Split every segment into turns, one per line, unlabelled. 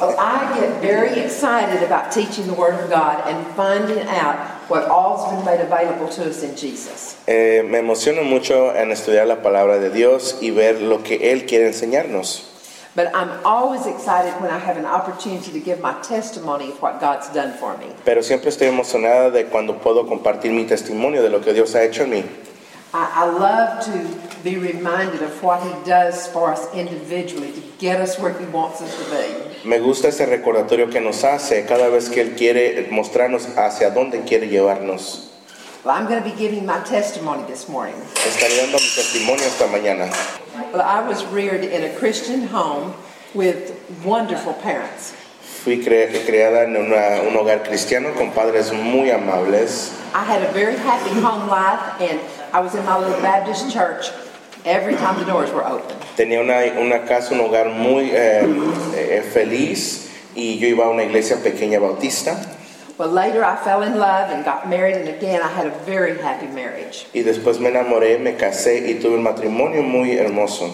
Oh, I get very excited about teaching the Word of God and finding out what all's been made available to us in Jesus.
Eh, me emociono mucho en estudiar la palabra de Dios y ver lo que Él quiere enseñarnos.
But I'm always excited when I have an opportunity to give my testimony of what God's done for me.
Pero siempre estoy emocionada de cuando puedo compartir mi testimonio de lo que Dios ha hecho en mí.
I, I love to be reminded of what He does for us individually to get us where He wants us to be.
Me gusta ese recordatorio que nos hace cada vez que Él quiere mostrarnos hacia dónde quiere llevarnos.
Well, I'm going to be giving my testimony this morning.
Estaré dando mi testimonio esta mañana.
Well, I was reared in a Christian home with wonderful parents.
Fui cre- creada en una- un hogar cristiano con padres muy amables.
I had a very happy home life, and I was in my little Baptist church every time the doors were open.
Tenía una, una casa, un hogar muy eh, eh, feliz y yo iba a una iglesia pequeña bautista
Well, later I fell in love and got married, and again I had a very happy marriage.
y después me enamoré, me casé y tuve un matrimonio muy hermoso.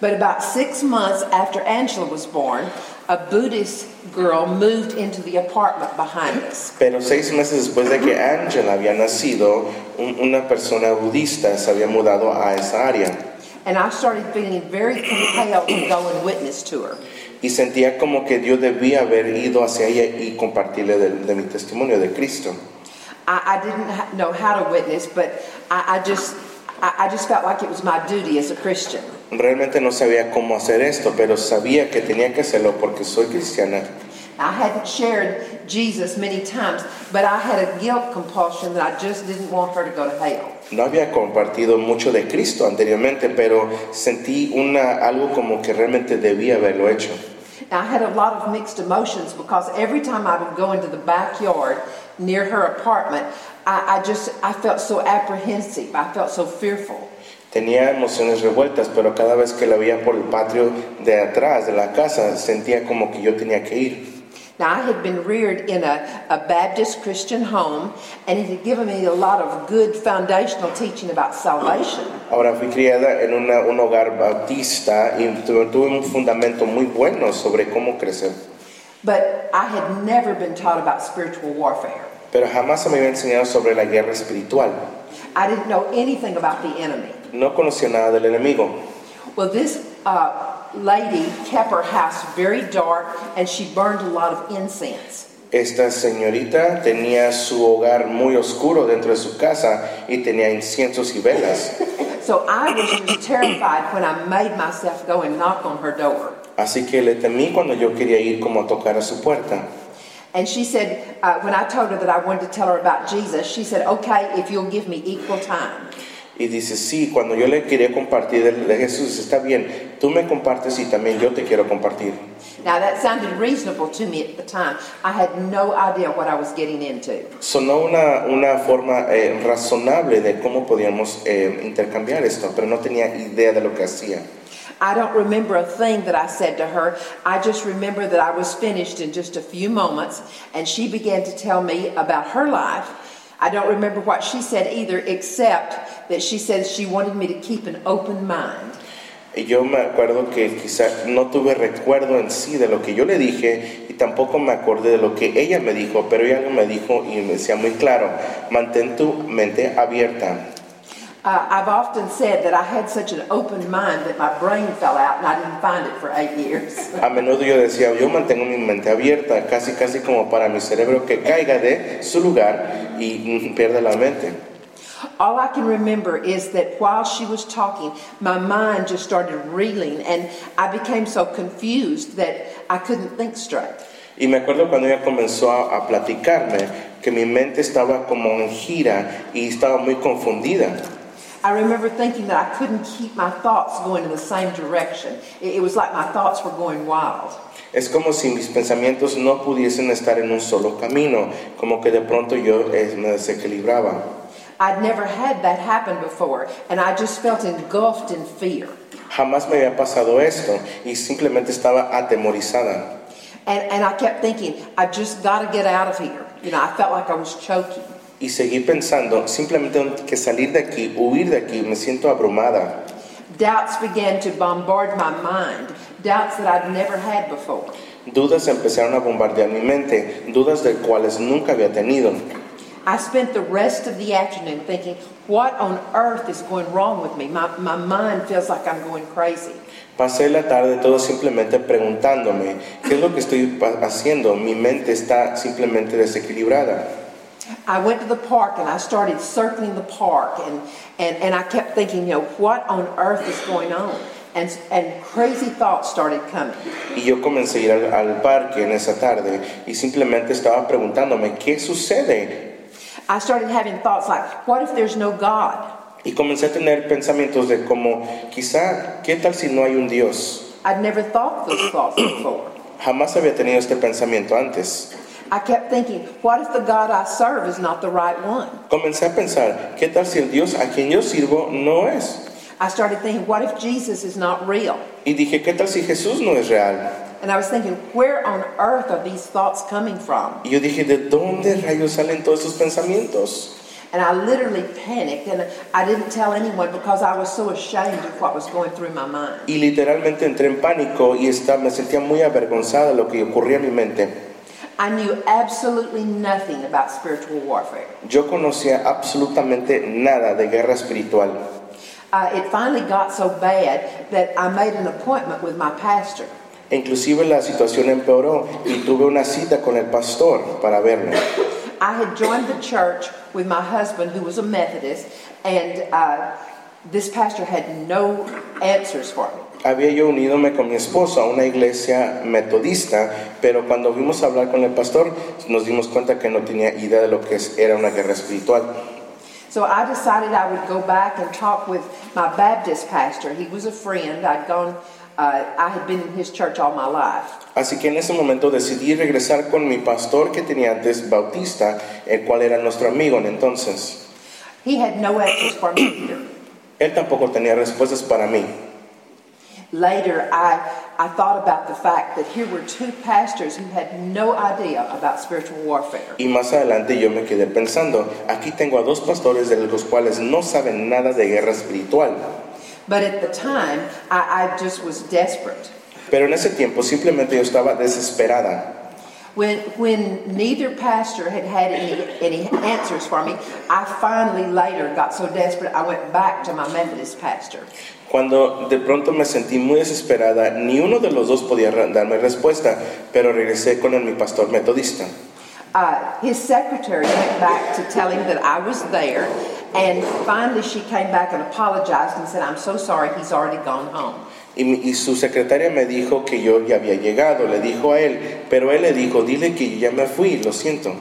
But about six months after Angela was born, a Buddhist girl moved into the apartment behind us.
Pero seis meses después de que Angela había nacido, un- una persona budista se había mudado a esa área
And I started feeling very compelled to go and witness to her.
y sentía como que yo debía haber ido hacia ella y compartirle de, de mi testimonio de Cristo.
I, I didn't ha- know how to witness, but I, I just I, I just felt like it was my duty as a Christian.
Realmente no sabía cómo hacer esto, pero sabía que tenía que hacerlo porque soy cristiana.
I hadn't shared Jesus many times, but I had a guilt compulsion that I just didn't want her to go to hell.
No había compartido mucho de Cristo anteriormente, pero sentí una, algo como que realmente debía haberlo hecho.
Now, I had a lot of mixed emotions because every time I would go into the backyard near her apartment, I, I just I felt so apprehensive. I felt so fearful.
Tenía emociones revueltas, pero cada vez que la veía por el patio de atrás de la casa, sentía como que yo tenía que ir.
Now, I had been reared in a, a Baptist Christian home, and it had given me a lot of good foundational teaching about salvation.
Ahora fui criada en una- un hogar bautista y tu- tuve un fundamento muy bueno sobre cómo crecer.
But I had never been taught about spiritual warfare.
Pero jamás se me había enseñado sobre la guerra espiritual.
I didn't know anything about the enemy.
No conocía nada del enemigo.
Well, this uh, lady kept her house very dark and she burned a lot of incense.
Esta señorita tenía su hogar muy oscuro dentro de su casa y tenía inciensos y velas.
So I was just terrified when I made myself go and knock on her door.
Así que le temí cuando yo quería ir como a tocar a su puerta.
And she said, uh, when I told her that I wanted to tell her about Jesus, she said, okay, if you'll give me equal time.
Y dice, sí, cuando yo le quería compartir de, de Jesús, está bien, tú me compartes y también yo te quiero compartir.
Now, that sounded reasonable to me at the time. I had no idea what I was getting into.
Sonó una, una forma eh, razonable de cómo podíamos eh, intercambiar esto, pero no tenía idea de lo que hacía.
I don't remember a thing that I said to her. I just remember that I was finished in just a few moments, and she began to tell me about her life. I don't remember what she said either, except that she said she wanted me to keep an open mind.
Y yo me acuerdo que quizá no tuve recuerdo en sí de lo que yo le dije y tampoco me acordé de lo que ella me dijo, pero ella algo me dijo y me decía muy claro, mantén tu mente abierta.
Uh, I've often said that I had such an open mind that my brain fell out and I didn't find it for eight years.
A menudo yo decía, yo mantengo mi mente abierta, casi casi como para mi cerebro que caiga de su lugar y mm, pierda la mente.
All I can remember is that while she was talking, my mind just started reeling and I became so confused that I couldn't think straight.
Y me acuerdo cuando ella comenzó a, a platicarme que mi mente estaba como en gira y estaba muy confundida.
I remember thinking that I couldn't keep my thoughts going in the same direction. It, it was like my thoughts were going wild.
Es como si mis pensamientos no pudiesen estar en un solo camino, como que de pronto yo eh, me desequilibraba.
I'd never had that happen before, and I just felt engulfed in fear.
Jamás me había pasado esto y simplemente estaba atemorizada.
And, and I kept thinking, I've just got to get out of here. You know, I felt like I was choking.
Y seguí pensando, simplemente tengo que salir de aquí, huir de aquí, me siento abrumada.
Doubts began to bombard my mind, doubts that I'd never had before.
Dudas empezaron a bombardear mi mente, dudas de cuales nunca había tenido.
I spent the rest of the afternoon thinking, what on earth is going wrong with me? My, my mind feels like I'm going crazy.
Pasé la tarde todo simplemente preguntándome, ¿qué es lo que estoy pa- haciendo? Mi mente está simplemente desequilibrada.
I went to the park and I started circling the park and, and, and I kept thinking, you know, what on earth is going on? And, and crazy thoughts started coming.
Y yo comencé a ir al, al parque en esa tarde y simplemente estaba preguntándome, ¿qué sucede?
I started having thoughts like, what if there's no God?
Y comencé a tener pensamientos de como, quizá, ¿qué tal si no hay un Dios?
I'd never thought those thoughts before.
Jamás había tenido este pensamiento antes.
I kept thinking, what if the God I serve is not the right one?
Comencé a pensar, ¿qué tal si el Dios a quien yo sirvo no es?
I started thinking, what if Jesus is not real?
Y dije, ¿qué tal si Jesús no es real?
And I was thinking, where on earth are these thoughts coming from?
Y yo dije, ¿de dónde rayos salen todos esos pensamientos?
And I literally panicked and I didn't tell anyone because I was so ashamed of what was going through my mind.
Y literalmente entré en pánico y esta- me sentía muy avergonzada de lo que ocurría en mi mente.
I knew absolutely nothing about spiritual warfare.
Yo conocía absolutamente nada de guerra espiritual.
Uh, it finally got so bad that I made an appointment with my pastor.
E Inclusive la situación empeoró y tuve una cita con el pastor para verme.
I had joined the church with my husband, who was a Methodist, and uh, this pastor had no answers for me.
Había yo unídome con mi esposo a una iglesia metodista, pero cuando fuimos a hablar con el pastor nos dimos cuenta que no tenía idea de lo que es- era una guerra espiritual.
So I decided I would go back and talk with my Baptist pastor. He was a friend. I'd gone, uh, I had been in his church all my life.
Así que en ese momento decidí regresar con mi pastor que tenía antes Bautista, el cual era nuestro amigo en entonces.
He had no answers for me either.
Él tampoco tenía respuestas para mí.
Later, I, I thought about the fact that here were two pastors who had no idea about spiritual warfare.
Y más adelante yo me quedé pensando, aquí tengo a dos pastores de los cuales no saben nada de guerra espiritual.
But at the time, I, I just was desperate.
Pero en ese tiempo simplemente yo estaba desesperada.
When, when neither pastor had had any, any answers for me, I finally later got so desperate I went back to my Methodist pastor.
Cuando de pronto me sentí muy desesperada, ni uno de los dos podía ra- darme respuesta, pero regresé con el, mi pastor metodista.
Uh, his secretary went back to tell him that I was there, and finally she came back and apologized and said, I'm so sorry, he's already gone home.
Y, mi- y su secretaria me dijo que yo ya había llegado, le dijo a él, pero él le dijo, dile que yo ya me fui, lo siento.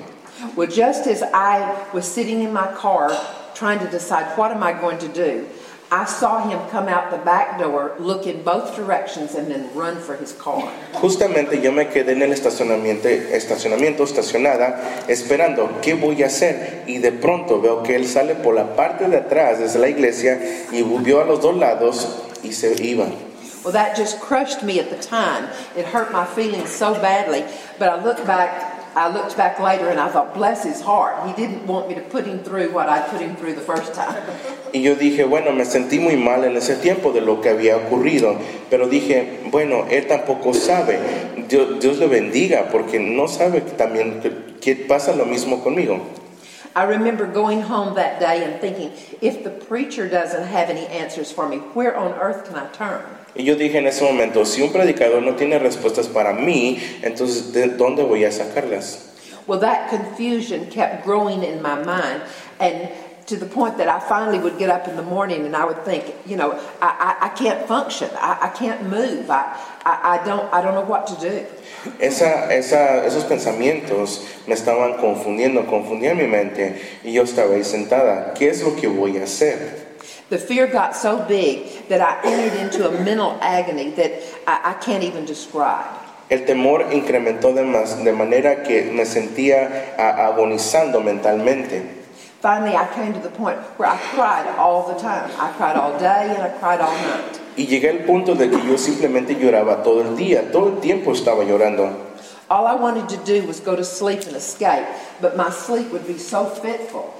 Well, just as I was sitting in my car trying to decide what am I going to do, I saw him come out the back door, look in both directions, and then run for his car.
Justamente yo me quedé en el estacionamiento, estacionamiento estacionada, esperando qué voy a hacer. Y de pronto veo que él sale por la parte de atrás desde la iglesia y vio a los dos lados y se iba.
Well, that just crushed me at the time. It hurt my feelings so badly. But I looked back. I looked back later and I thought, bless his heart. He didn't want me to put him through what I put him through the first time.
Y yo dije, bueno, me sentí muy mal en ese tiempo de lo que había ocurrido, pero dije, bueno, él tampoco sabe. Dios, Dios le bendiga porque no sabe que también que- que pasa lo mismo conmigo.
I remember going home that day and thinking, if the preacher doesn't have any answers for me, where on earth can I turn?
Y yo dije en ese momento, si un predicador no tiene respuestas para mí, entonces ¿de dónde voy a sacarlas?
Well, that confusion kept growing in my mind, and to the point that I finally would get up in the morning and I would think, you know, I, I, I can't function, I, I can't move, I, I, I don't, I don't know what to do.
Esa, esa- esos pensamientos me estaban confundiendo, confundían mi mente y yo estaba ahí sentada. ¿Qué es lo que voy a hacer?
The fear got so big that I entered into a mental agony that I, I can't even describe.
El temor incrementó de, mas- de manera que me sentía a- agonizando mentalmente.
Finally, I came to the point where I cried all the time. I cried all day and I cried all night.
Y llegué al punto de que yo simplemente lloraba todo el día, todo el tiempo estaba llorando.
All I wanted to do was go to sleep and escape, but my sleep would be so fitful.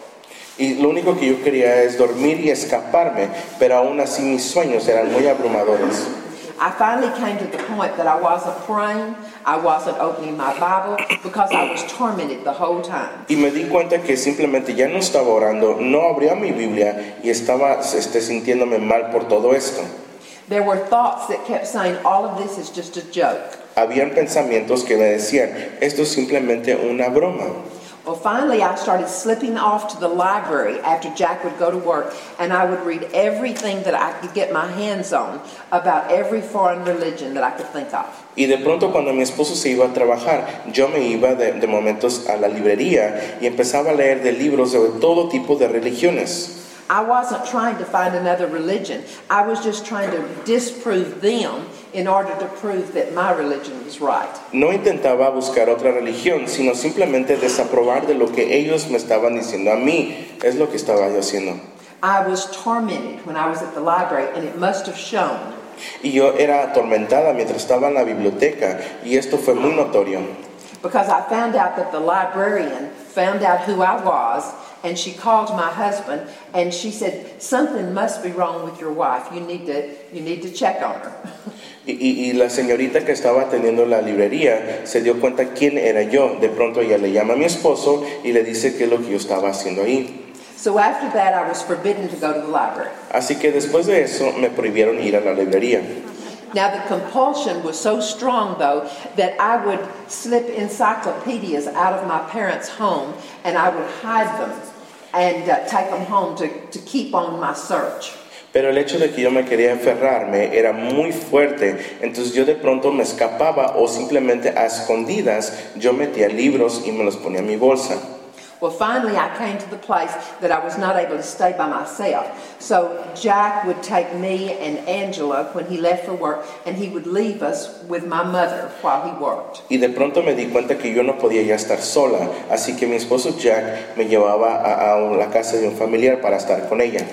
Y lo único que yo quería es dormir y escaparme, pero aún así mis sueños eran muy abrumadores.
I finally came to the point that I wasn't praying, I wasn't opening my Bible because I was tormented the whole time.
Y me di cuenta que simplemente ya no estaba orando, no abría mi Biblia y estaba este, sintiéndome mal por todo esto.
There were thoughts that kept saying, all of this is just a joke.
Habían pensamientos que me decían, esto es simplemente una broma.
Well, finally, I started slipping off to the library after Jack would go to work, and I would read everything that I could get my hands on about every foreign religion that I could think of.
Y de pronto cuando mi esposo se iba a trabajar, yo me iba de, de momentos a la librería y empezaba a leer de libros sobre todo tipo de religiones.
I wasn't trying to find another religion, I was just trying to disprove them in order to prove that my religion was right.
No intentaba buscar otra religión, sino simplemente desaprobar de lo que ellos me estaban diciendo a mí. Es lo que estaba yo haciendo.
I was tormented when I was at the library, and it must have shown.
Y yo era atormentada mientras estaba en la biblioteca y esto fue muy notorio.
because I found out that the librarian found out who I was, and she called my husband and she said, "Something must be wrong with your wife. You need to you need to check on her."
Y, y- y la señorita que estaba atendiendo la librería se dio cuenta quién era yo. De pronto ella le llama a mi esposo y le dice qué es lo que yo estaba haciendo ahí.
So after that, I was forbidden to go to the library.
Así que después de eso me prohibieron ir a la librería.
Now the compulsion was so strong though that I would slip encyclopedias out of my parents' home and I would hide them and uh, take them home to, to keep on my search.
Pero el hecho de que yo me quería aferrarme era muy fuerte, entonces yo de pronto me escapaba o simplemente a escondidas yo metía libros y me los ponía en mi bolsa.
Well, finally, I came to the place that I was not able to stay by myself. So Jack would take me and Angela when he left for work, and he would leave us with my mother while he worked.
Y de pronto me di cuenta que yo no podía ya estar sola, así que mi esposo Jack me llevaba a, a la casa de un familiar para estar con ella.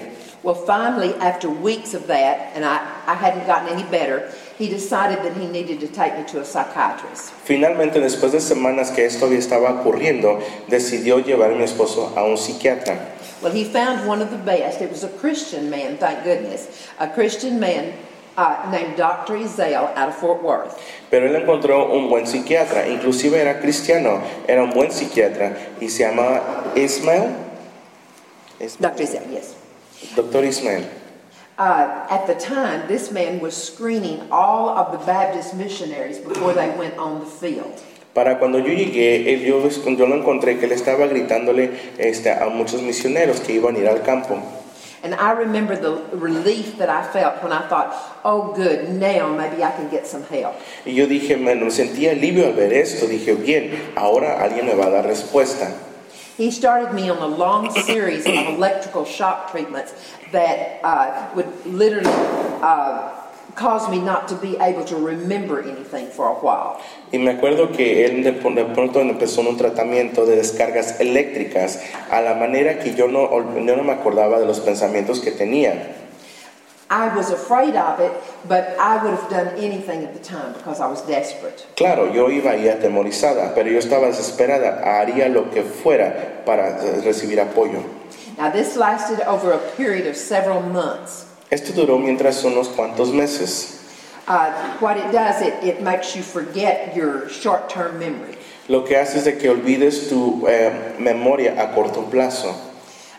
Well, finally, after weeks of that, and I, I hadn't gotten any better, he decided that he needed to take me to a psychiatrist.
Finalmente, después de semanas que esto ya estaba ocurriendo, decidió llevar a mi esposo a un psiquiatra.
Well, he found one of the best. It was a Christian man, thank goodness, a Christian man uh, named Dr. Ezell out of Fort Worth.
Pero él encontró un buen psiquiatra, inclusive era cristiano, era un buen psiquiatra y se llamaba Ismael.
Dr. Ezell, yes.
Doctor Ismael.
Uh, at the time, this man was screening all of the Baptist missionaries before they went on the field.
Para cuando yo llegué, él- yo, yo lo encontré que él estaba gritándole este, a muchos misioneros que iban a ir al campo.
And I remember the relief that I felt when I thought, oh, good, now maybe I can get some help.
Y yo dije, me me sentí alivio al ver esto. Dije, bien, ahora alguien me va a dar respuesta.
He started me on a long series of electrical shock treatments that uh, would literally uh, cause me not to be able to remember anything for a while.
Y me acuerdo que él de, pr- de pronto empezó en un tratamiento de descargas eléctricas a la manera que yo no, ol- yo no me acordaba de los pensamientos que tenía.
I was afraid of it, but I would have done anything at the time because I was desperate.
Claro, yo iba ahí atemorizada, pero yo estaba desesperada, haría lo que fuera para eh, recibir apoyo.
Now, this lasted over a period of several months.
Esto duró mientras unos cuantos meses.
Uh, what it does, it, it makes you forget your short term memory.
Lo que hace es de que olvides tu eh, memoria a corto plazo.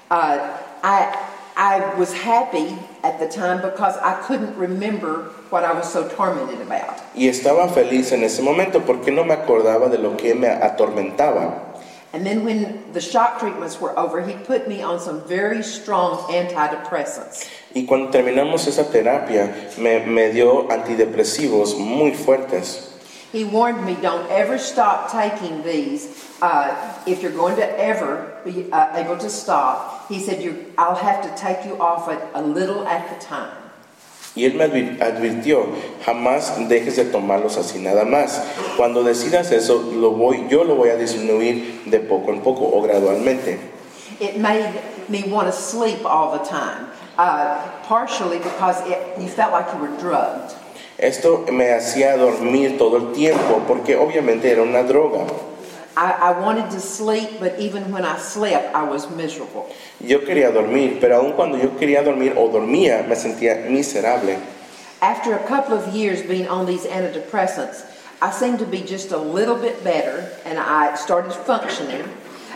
Uh, I, I was happy at the time because I couldn't remember what I was so tormented about.
Y estaba feliz en ese momento porque no me acordaba de lo que me atormentaba.
And then, when the shock treatments were over, he put me on some very strong antidepressants.
Y cuando terminamos esa terapia, me, me dio antidepresivos muy fuertes.
He warned me don't ever stop taking these. Uh, if you're going to ever be uh, able to stop, he said, you, I'll have to take you off it a little at the time.
Y él me advir- advirtió, jamás dejes de tomarlos así nada más. Cuando decidas eso, lo voy, yo lo voy a disminuir de poco en poco o gradualmente.
It made me want to sleep all the time, uh, partially because it, you felt like you were drugged.
Esto me hacía dormir todo el tiempo porque obviamente era una droga.
I, I wanted to sleep, but even when I slept, I was miserable.
Yo quería dormir, pero aun cuando yo quería dormir o dormía, me sentía miserable.
After a couple of years being on these antidepressants, I seemed to be just a little bit better and I started functioning,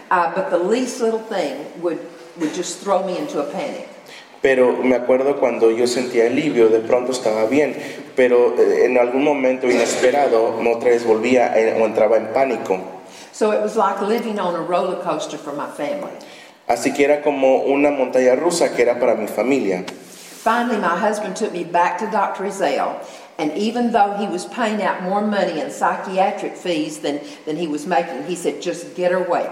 uh, but the least little thing would, would just throw me into a panic.
Pero me acuerdo cuando yo sentía alivio, de pronto estaba bien, pero eh, en algún momento inesperado otra vez volvía eh, o entraba en pánico.
So it was like living on a roller coaster for my family.
Así que era como una montaña rusa que era para mi familia.
Finally, my husband took me back to Dr. Ezell, and even though he was paying out more money in psychiatric fees than, than he was making, he said, just get her away.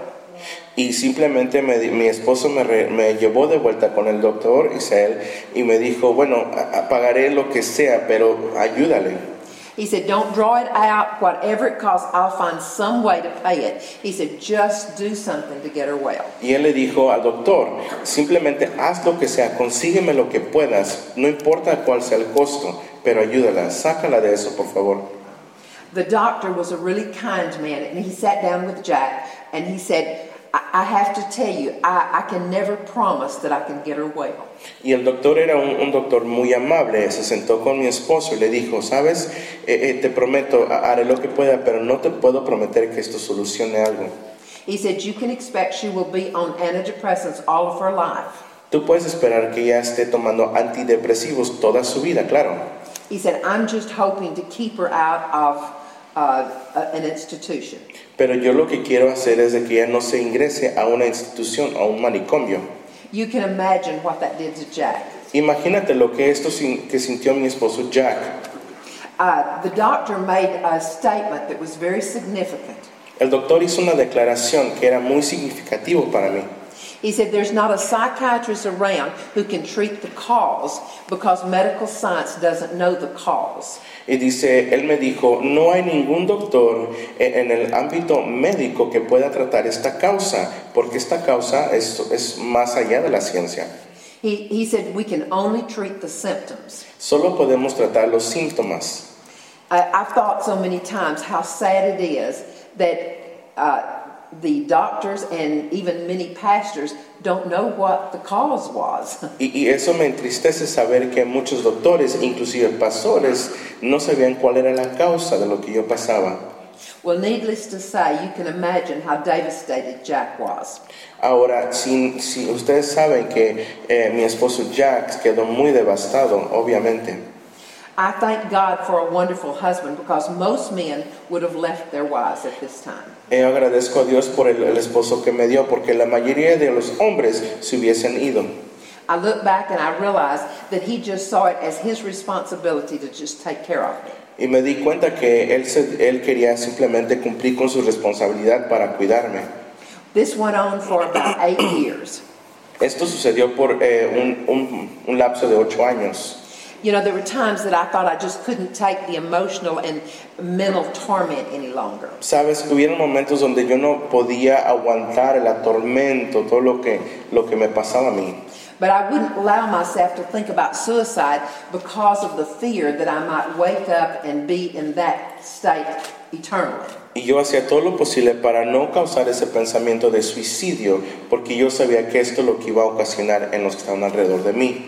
Y simplemente me di- mi esposo me, re- me llevó de vuelta con el doctor Isael y me dijo, bueno, a- a- pagaré lo que sea, pero ayúdale.
He said, don't draw it out, whatever it costs, I'll find some way to pay it. He said, just do something to get her well.
Y él le dijo al doctor, simplemente haz lo que sea, consígueme lo que puedas, no importa cuál sea el costo, pero ayúdala, sácala de eso, por favor.
The doctor was a really kind man, and he sat down with Jack and he said, I, I have to tell you, I, I can never promise that I can get her well.
Y el doctor era un, un doctor muy amable, se sentó con mi esposo y le dijo, sabes, Eh, eh, te prometo, ha- haré lo que pueda, pero no te puedo prometer que esto solucione algo.
He said, You can expect she will be on antidepressants all of her life.
Tú puedes esperar que ella esté tomando antidepresivos toda su vida, claro.
He said, I'm just hoping to keep her out of uh, a- an institution.
Pero yo lo que quiero hacer es de que ella no se ingrese a una institución, a un manicomio.
You can imagine what that did to Jack.
Imagínate lo que esto sin- que sintió mi esposo Jack.
Uh, the doctor made a statement that was very significant.
El doctor hizo una declaración que era muy significativo para mí.
He said, There's not a psychiatrist around who can treat the cause because medical science doesn't know the cause.
Y dice, él me dijo, no hay ningún doctor e- en el ámbito médico que pueda tratar esta causa, porque esta causa es, es más allá de la ciencia.
He, he said, We can only treat the symptoms.
Solo podemos tratar los síntomas.
I, I've thought so many times how sad it is that uh, the doctors and even many pastors don't know what the cause was.
Y, y eso me entristece saber que muchos doctores, inclusive pastores, no sabían cuál era la causa de lo que yo pasaba.
well, needless to say, you can imagine how devastated Jack was.
Ahora, si, si ustedes saben que eh, mi esposo Jack quedó muy devastado, obviamente.
I thank God for a wonderful husband because most men would have left their wives at this time.
Eh, agradezco a Dios por el, el esposo que me dio, porque la mayoría de los hombres se hubiesen ido.
I look back and I realize that he just saw it as his responsibility to just take care of me.
Y me di cuenta que él, se- él quería simplemente cumplir con su responsabilidad para cuidarme.
This went on for about eight years.
Esto sucedió por eh, un- un- un lapso de ocho años.
You know, there were times that I thought I just couldn't take the emotional and mental torment any longer.
Sabes, hubieron momentos donde yo no podía aguantar el atormento, todo lo que, lo que me pasaba a mí.
But I wouldn't allow myself to think about suicide because of the fear that I might wake up and be in that state eternally.
Y yo hacía todo lo posible para no causar ese pensamiento de suicidio, porque yo sabía que esto es lo que iba a ocasionar en los que estaban alrededor de mí.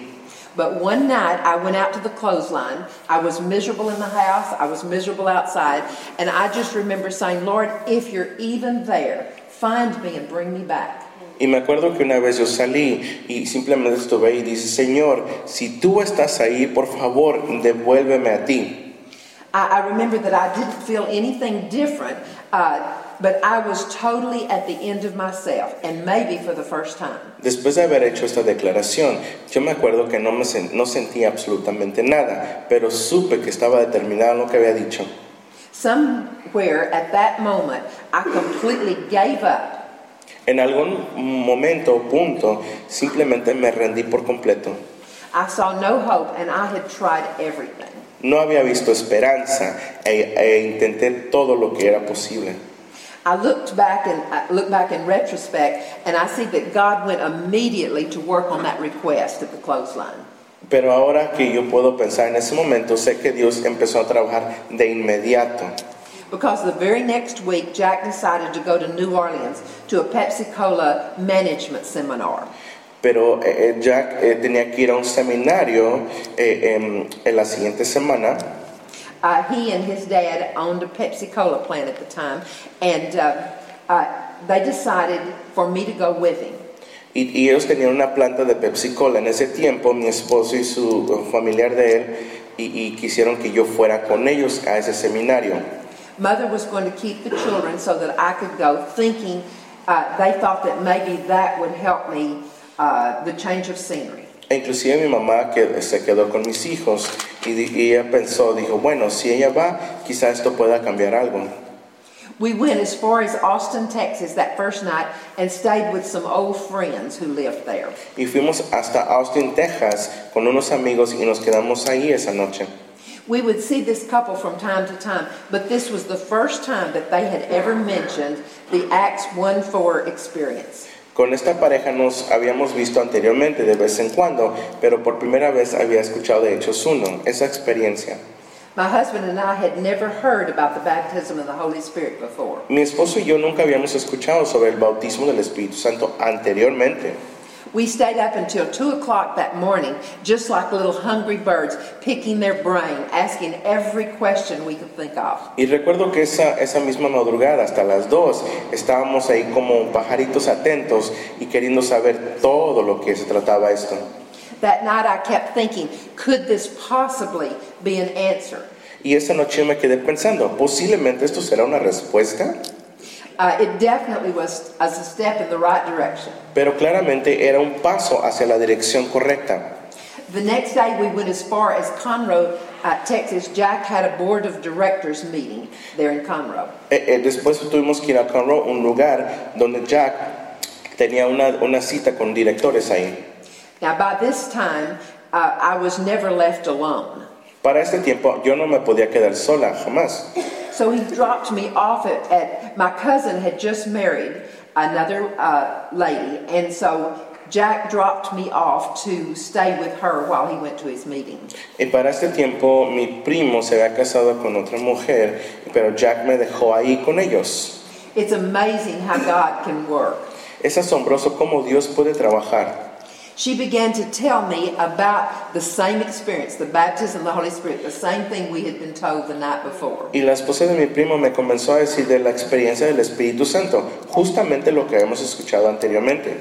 But one night I went out to the clothesline. I was miserable in the house, I was miserable outside, and I just remember saying, Lord, if you're even there, find me and bring me back.
Y me acuerdo que una vez yo salí y simplemente estuve ahí y dice, Señor, si tú estás ahí, por favor, devuélveme a ti.
I, I remember that I didn't feel anything different, uh, but I was totally at the end of myself, and maybe for the first time.
Después de haber hecho esta declaración, yo me acuerdo que no, me sen- no sentía absolutamente nada, pero supe que estaba determinado en lo que había dicho.
Somewhere at that moment, I completely gave up.
En algún momento o punto simplemente me rendí por completo.
I saw no hope, and I had tried everything.
No había visto esperanza e, e intenté todo lo que era posible.
I looked back and I look back in retrospect, and I see that God went immediately to work on that request at the clothesline.
Pero ahora que yo puedo pensar en ese momento, sé que Dios empezó a trabajar de inmediato.
Because the very next week, Jack decided to go to New Orleans to a Pepsi Cola management seminar.
Pero eh, Jack eh, tenía que ir a un seminario eh, em, en la siguiente semana
Uh, he and his dad owned a Pepsi Cola plant at the time, and uh, uh, they decided for me to go with him.
y, y ellos tenían una planta de Pepsi Cola. En ese tiempo mi esposo y su eh, familiar de él y, y quisieron que yo fuera con ellos a ese seminario.
Mother was going to keep the children so that I could go, thinking uh, they thought that maybe that would help me uh, the change of scenery.
E inclusive mi mamá que eh, se quedó con mis hijos y, di- y ella pensó, dijo, bueno, si ella va, quizá esto pueda cambiar algo.
We went as far as Austin, Texas that first night and stayed with some old friends who lived there.
Y fuimos hasta Austin, Texas, con unos amigos y nos quedamos ahí esa noche.
We would see this couple from time to time, but this was the first time that they had ever mentioned the Acts 1 4 experience.
Con esta pareja nos habíamos visto anteriormente de vez en cuando, pero por primera vez había escuchado de Hechos 1, esa experiencia.
My husband and I had never heard about the baptism of the Holy Spirit before.
Mi esposo y yo nunca habíamos escuchado sobre el bautismo del Espíritu Santo anteriormente.
We stayed up until 2 o'clock that morning, just like little hungry birds, picking their brain, asking every question we could think of.
Y recuerdo que esa, esa misma madrugada, hasta las 2, estábamos ahí como pajaritos atentos y queriendo saber todo lo que se trataba esto.
That night I kept thinking, could this possibly be an answer?
Y esa noche me quedé pensando, posiblemente esto será una respuesta,
Uh, it definitely was as a step in the right direction.
pero claramente era un paso hacia la dirección correcta.
The next day, we went as far as Conroe, uh, Texas. Jack had a board of directors meeting there in Conroe.
Eh, eh, después tuvimos que ir a Conroe, un lugar donde Jack tenía una, una cita con directores ahí.
Now, by this time, uh, I was never left alone.
Para este tiempo yo no me podía quedar sola, jamás.
So he dropped me off at, at my cousin had just married another uh, lady, and so Jack dropped me off to stay with her while he went to his meeting.
Y para este tiempo mi primo se había casado con otra mujer, pero Jack me dejó ahí con ellos.
It's amazing how God can work.
Es asombroso cómo Dios puede trabajar.
She began to tell me about the same experience, the baptism of the Holy Spirit, the same thing we had been told the night before.
Y la esposa de mi primo me comenzó a decir de la experiencia del Espíritu Santo, justamente lo que habíamos escuchado anteriormente.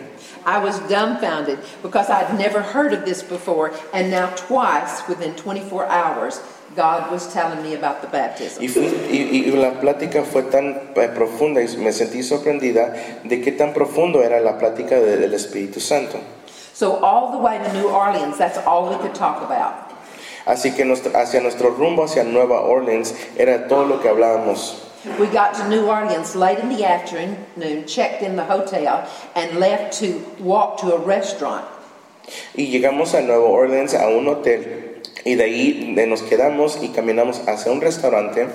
I was dumbfounded because I'd never heard of this before, and now twice within 24 hours, God was telling me about the baptism.
Y, fui- y- y la plática fue tan eh, profunda y me sentí sorprendida de qué tan profundo era la plática de- del Espíritu Santo.
So, all the way to New Orleans, that's all we could talk about.
Así que nuestro- hacia nuestro rumbo, hacia Nueva Orleans, era todo lo que hablábamos.
We got to New Orleans late in the afternoon, checked in the hotel, and left to walk to a restaurant
Y llegamos a Nueva Orleans a un hotel y de ahí de- nos quedamos y caminamos hacia un restaurante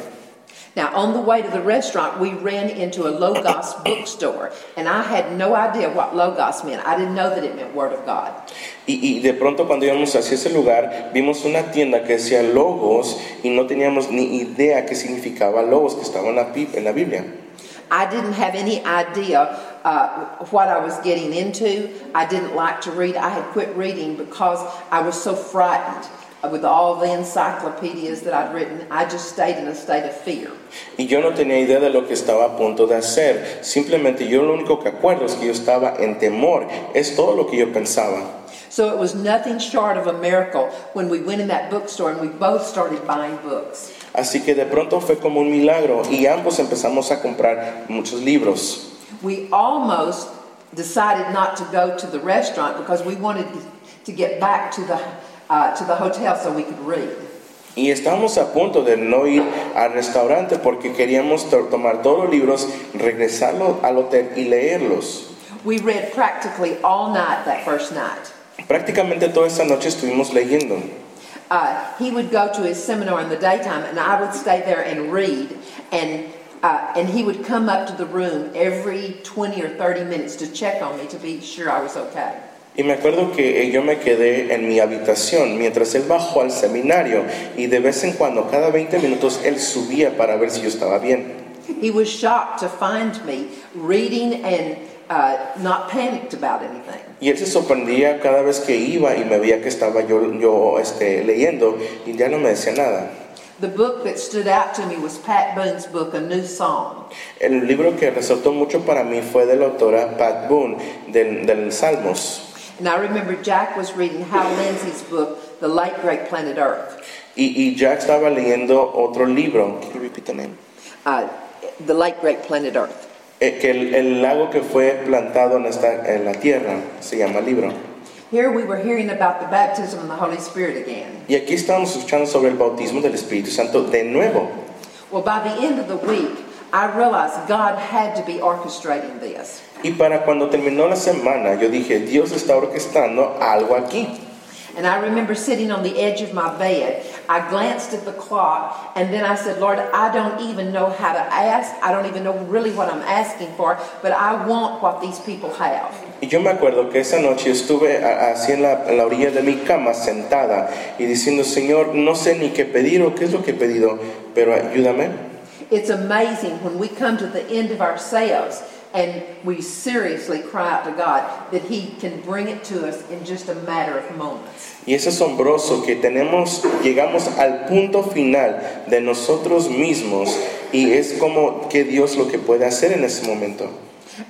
Now, on the way to the restaurant, we ran into a Logos bookstore, and I had no idea what Logos meant. I didn't know that it meant Word of God.
y, y de pronto cuando íbamos hacia ese lugar vimos una tienda que decía Logos y no teníamos ni idea qué significaba Logos que estaba en la, Bi- en la Biblia.
I didn't have any idea uh, what I was getting into. I didn't like to read. I had quit reading because I was so frightened with all the encyclopedias that I'd written. I just stayed in a state of fear.
Y yo no tenía idea de lo que estaba a punto de hacer. Simplemente yo lo único que acuerdo es que yo estaba en temor. Es todo lo que yo pensaba.
So it was nothing short of a miracle when we went in that bookstore and we both started buying books.
Así que de pronto fue como un milagro y ambos empezamos a comprar muchos libros.
We almost decided not to go to the restaurant because we wanted to get back to the, uh, to the hotel so we could read.
Y estábamos a punto de no ir al restaurante porque queríamos to- tomar todos los libros, regresarlos al hotel y leerlos.
We read practically all night that first night.
Prácticamente toda esa noche estuvimos leyendo.
Uh, he would go to his seminar in the daytime, and I would stay there and read. And, uh, and he would come up to the room every 20 or 30 minutes to check on me to be sure I was okay.
Y me acuerdo que eh, yo me quedé en mi habitación mientras él bajó al seminario y de vez en cuando, cada 20 minutos, él subía para ver si yo estaba bien.
He was shocked to find me reading and uh, not panicked about anything.
Y él se sorprendía cada vez que iba y me veía que estaba yo, yo este, leyendo y ya no me decía nada.
The book that stood out to me was Pat Boone's book, A New Song.
El libro que resaltó mucho para mí fue de la autora Pat Boone, del, del Salmos.
And I remember Jack was reading Hal Lindsey's book, The Late Great Planet Earth.
Y, y ya estaba leyendo otro libro, Can you repeat the name?
Uh, the Late Great Planet Earth.
Eh, que el, el lago que fue plantado en, esta, en la tierra, se llama libro.
Here we were hearing about the baptism of the Holy Spirit again.
Y aquí estamos escuchando sobre el bautismo del Espíritu Santo de nuevo.
Well, by the end of the week, I realized God had to be orchestrating this.
Y para cuando terminó la semana, yo dije, Dios está orquestando algo aquí.
And I remember sitting on the edge of my bed. I glanced at the clock and then I said, Lord, I don't even know how to ask. I don't even know really what I'm asking for, but I want what these people have.
Y yo me acuerdo que esa noche estuve a- así en la, en la orilla de mi cama, sentada, y diciendo, Señor, no sé ni qué pedir o qué es lo que he pedido, pero ayúdame.
It's amazing when we come to the end of ourselves and we seriously cry out to God that He can bring it to us in just a matter of moments.
Y es asombroso que tenemos, llegamos al punto final de nosotros mismos, y es como que Dios lo que puede hacer en ese momento.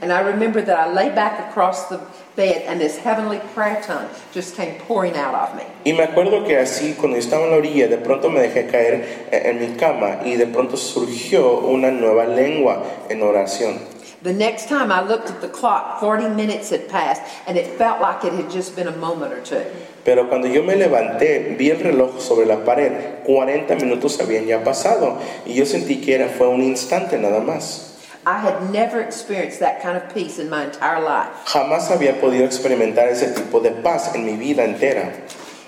And I remember that I lay back across the bed and this heavenly prayer tongue just came pouring out of me.
Y me acuerdo que así, cuando yo estaba en la orilla, de pronto me dejé caer eh, en mi cama y de pronto surgió una nueva lengua en oración.
The next time I looked at the clock, 40 minutes had passed, and it felt like it had just been a moment or two.
Pero cuando yo me levanté, vi el reloj sobre la pared. 40 minutos habían ya pasado y yo sentí que era, fue un instante nada más.
I had never experienced that kind of peace in my entire life.
Jamás había podido experimentar ese tipo de paz en mi vida entera.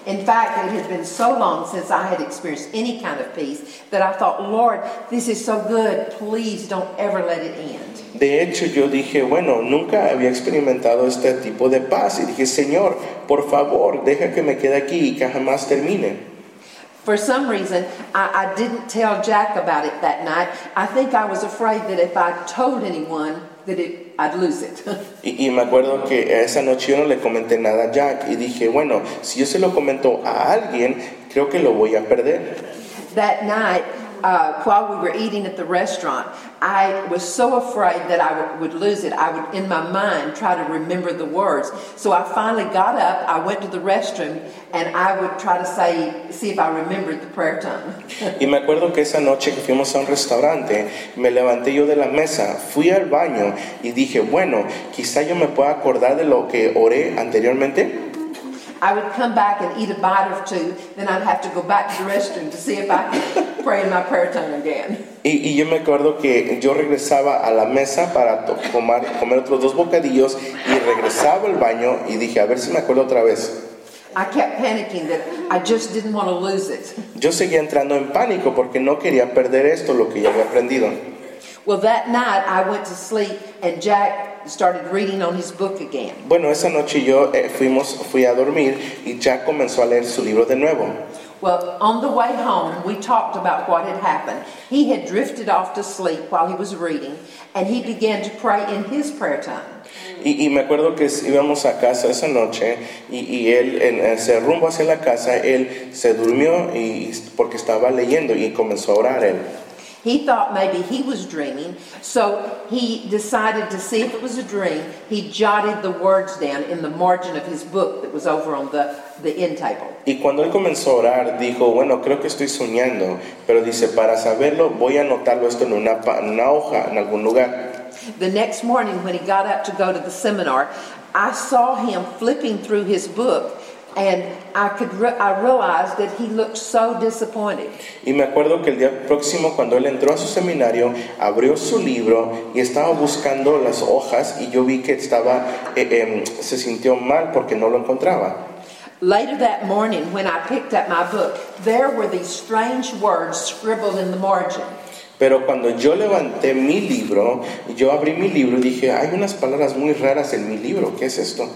In fact, it had been so long since I had experienced any kind of peace that I thought, Lord, this is so good. Please don't ever let it end.
De hecho, yo dije, bueno, nunca había experimentado este tipo de paz. Y dije, Señor, por favor, deja que me quede aquí y que jamás termine.
For some reason, I, I didn't tell Jack about it that night. I think I was afraid that if I told anyone, that it, I'd lose it.
Y, y me acuerdo que esa noche yo no le comenté nada a Jack y dije, bueno, si yo se lo comento a alguien, creo que lo voy a perder.
that night, uh, while we were eating at the restaurant, I was so afraid that I would lose it. I would, in my mind, try to remember the words. So I finally got up, I went to the restroom, and I would try to say, see if I remembered the prayer tongue.
Y me acuerdo que esa noche que fuimos a un restaurante, me levanté yo de la mesa, fui al baño y dije, bueno, quizá yo me pueda acordar de lo que oré anteriormente.
I would come back and eat a bite or two, then I'd have to go back to the restroom to see if I could pray in my prayer tongue again.
Y, y yo me acuerdo que yo regresaba a la mesa para to- tomar- comer otros dos bocadillos y regresaba al baño y dije, a ver si me acuerdo otra vez.
I kept panicking that I just didn't want to lose it.
Yo seguía entrando en pánico porque no quería perder esto, lo que ya había aprendido.
Well, that night I went to sleep and Jack started reading on his book again.
Bueno, esa noche yo eh, fuimos, fui a dormir y Jack comenzó a leer su libro de nuevo.
Well, on the way home, we talked about what had happened. He had drifted off to sleep while he was reading, and he began to pray in his prayer time.
Y, y me acuerdo que íbamos a casa esa noche y, y él en ese rumbo hacia la casa, él se durmió y, porque estaba leyendo y comenzó a orar él.
He thought maybe he was dreaming, so he decided to see if it was a dream. He jotted the words down in the margin of his book that was over on the, the end table.
Y cuando él comenzó a orar, dijo, bueno, creo que estoy soñando, pero dice, para saberlo voy a anotarlo esto en una, pa- en una hoja, en algún lugar.
The next morning, when he got up to go to the seminar, I saw him flipping through his book, and I could re- I realized that he looked so disappointed.
Y me acuerdo que el día próximo, cuando él entró a su seminario, abrió su libro y estaba buscando las hojas y yo vi que estaba, eh, em, se sintió mal porque no lo encontraba.
Later that morning, when I picked up my book, there were these strange words scribbled in the margin.
Pero cuando yo levanté mi libro, yo abrí mi libro y dije, hay unas palabras muy raras en mi libro, ¿qué es esto?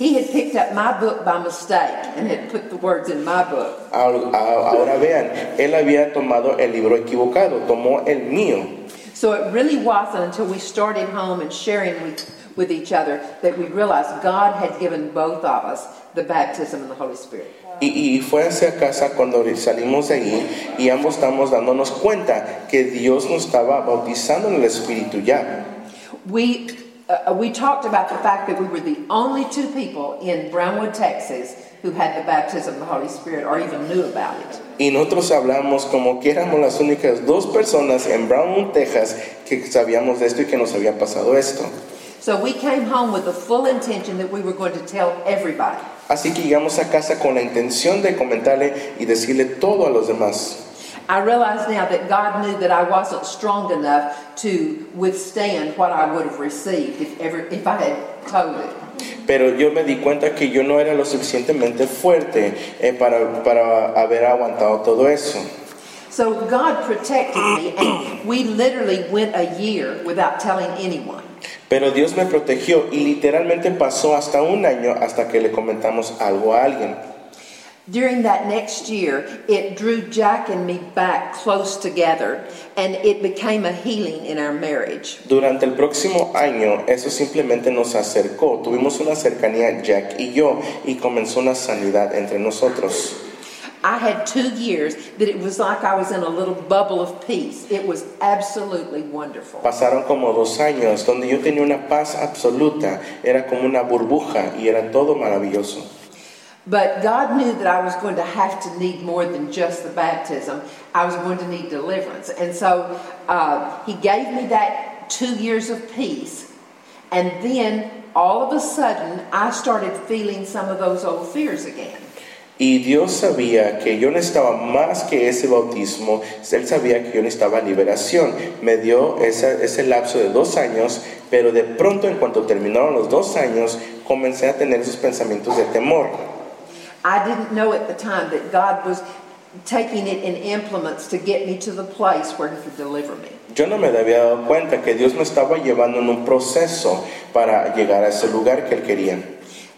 He had picked up my book by mistake and had put the words in my book.
Al- a- Ahora vean, él había tomado el libro equivocado, tomó el mío.
So it really wasn't until we started home and sharing with, with each other that we realized God had given both of us the baptism in the Holy Spirit.
Y, y fue hacia casa cuando salimos de allí y ambos estamos dándonos cuenta que Dios nos estaba bautizando en el Espíritu ya.
We, uh, we talked about the fact that we were the only two people in Brownwood, Texas, who had the baptism of the Holy Spirit or even knew about it.
Y nosotros hablamos como que éramos las únicas dos personas en Brownwood, Texas, que sabíamos de esto y que nos había pasado esto.
So we came home with the full intention that we were going to tell everybody.
Así que llegamos a casa con la intención de comentarle y decirle todo a los demás.
I realize now that God knew that I wasn't strong enough to withstand what I would have received if, ever, if I had told it.
Pero yo me di cuenta que yo no era lo suficientemente fuerte eh, para, para haber aguantado todo eso.
So God protected me, and we literally went a year without telling anyone.
Pero Dios me protegió y literalmente pasó hasta un año hasta que le comentamos algo a alguien.
During that next year, it drew Jack and me back close together, and it became a healing in our marriage.
Durante el próximo año, eso simplemente nos acercó. Tuvimos una cercanía Jack y yo y comenzó una sanidad entre nosotros.
I had two years that it was like I was in a little bubble of peace. It was absolutely wonderful.
Pasaron como dos años donde yo tenía una paz absoluta, era como una burbuja y era todo maravilloso.
But God knew that I was going to have to need more than just the baptism. I was going to need deliverance. And so uh, He gave me that two years of peace. And then all of a sudden, I started feeling some of those old fears again.
Y Dios sabía que yo necesitaba más que ese bautismo, Él sabía que yo necesitaba liberación. Me dio esa- ese lapso de dos años, pero de pronto en cuanto terminaron los dos años, comencé a tener esos pensamientos de temor.
I didn't know at the time that God was taking it in implements to get me to the place where He could deliver me.
Yo no me había dado cuenta que Dios me estaba llevando en un proceso para llegar a ese lugar que Él quería.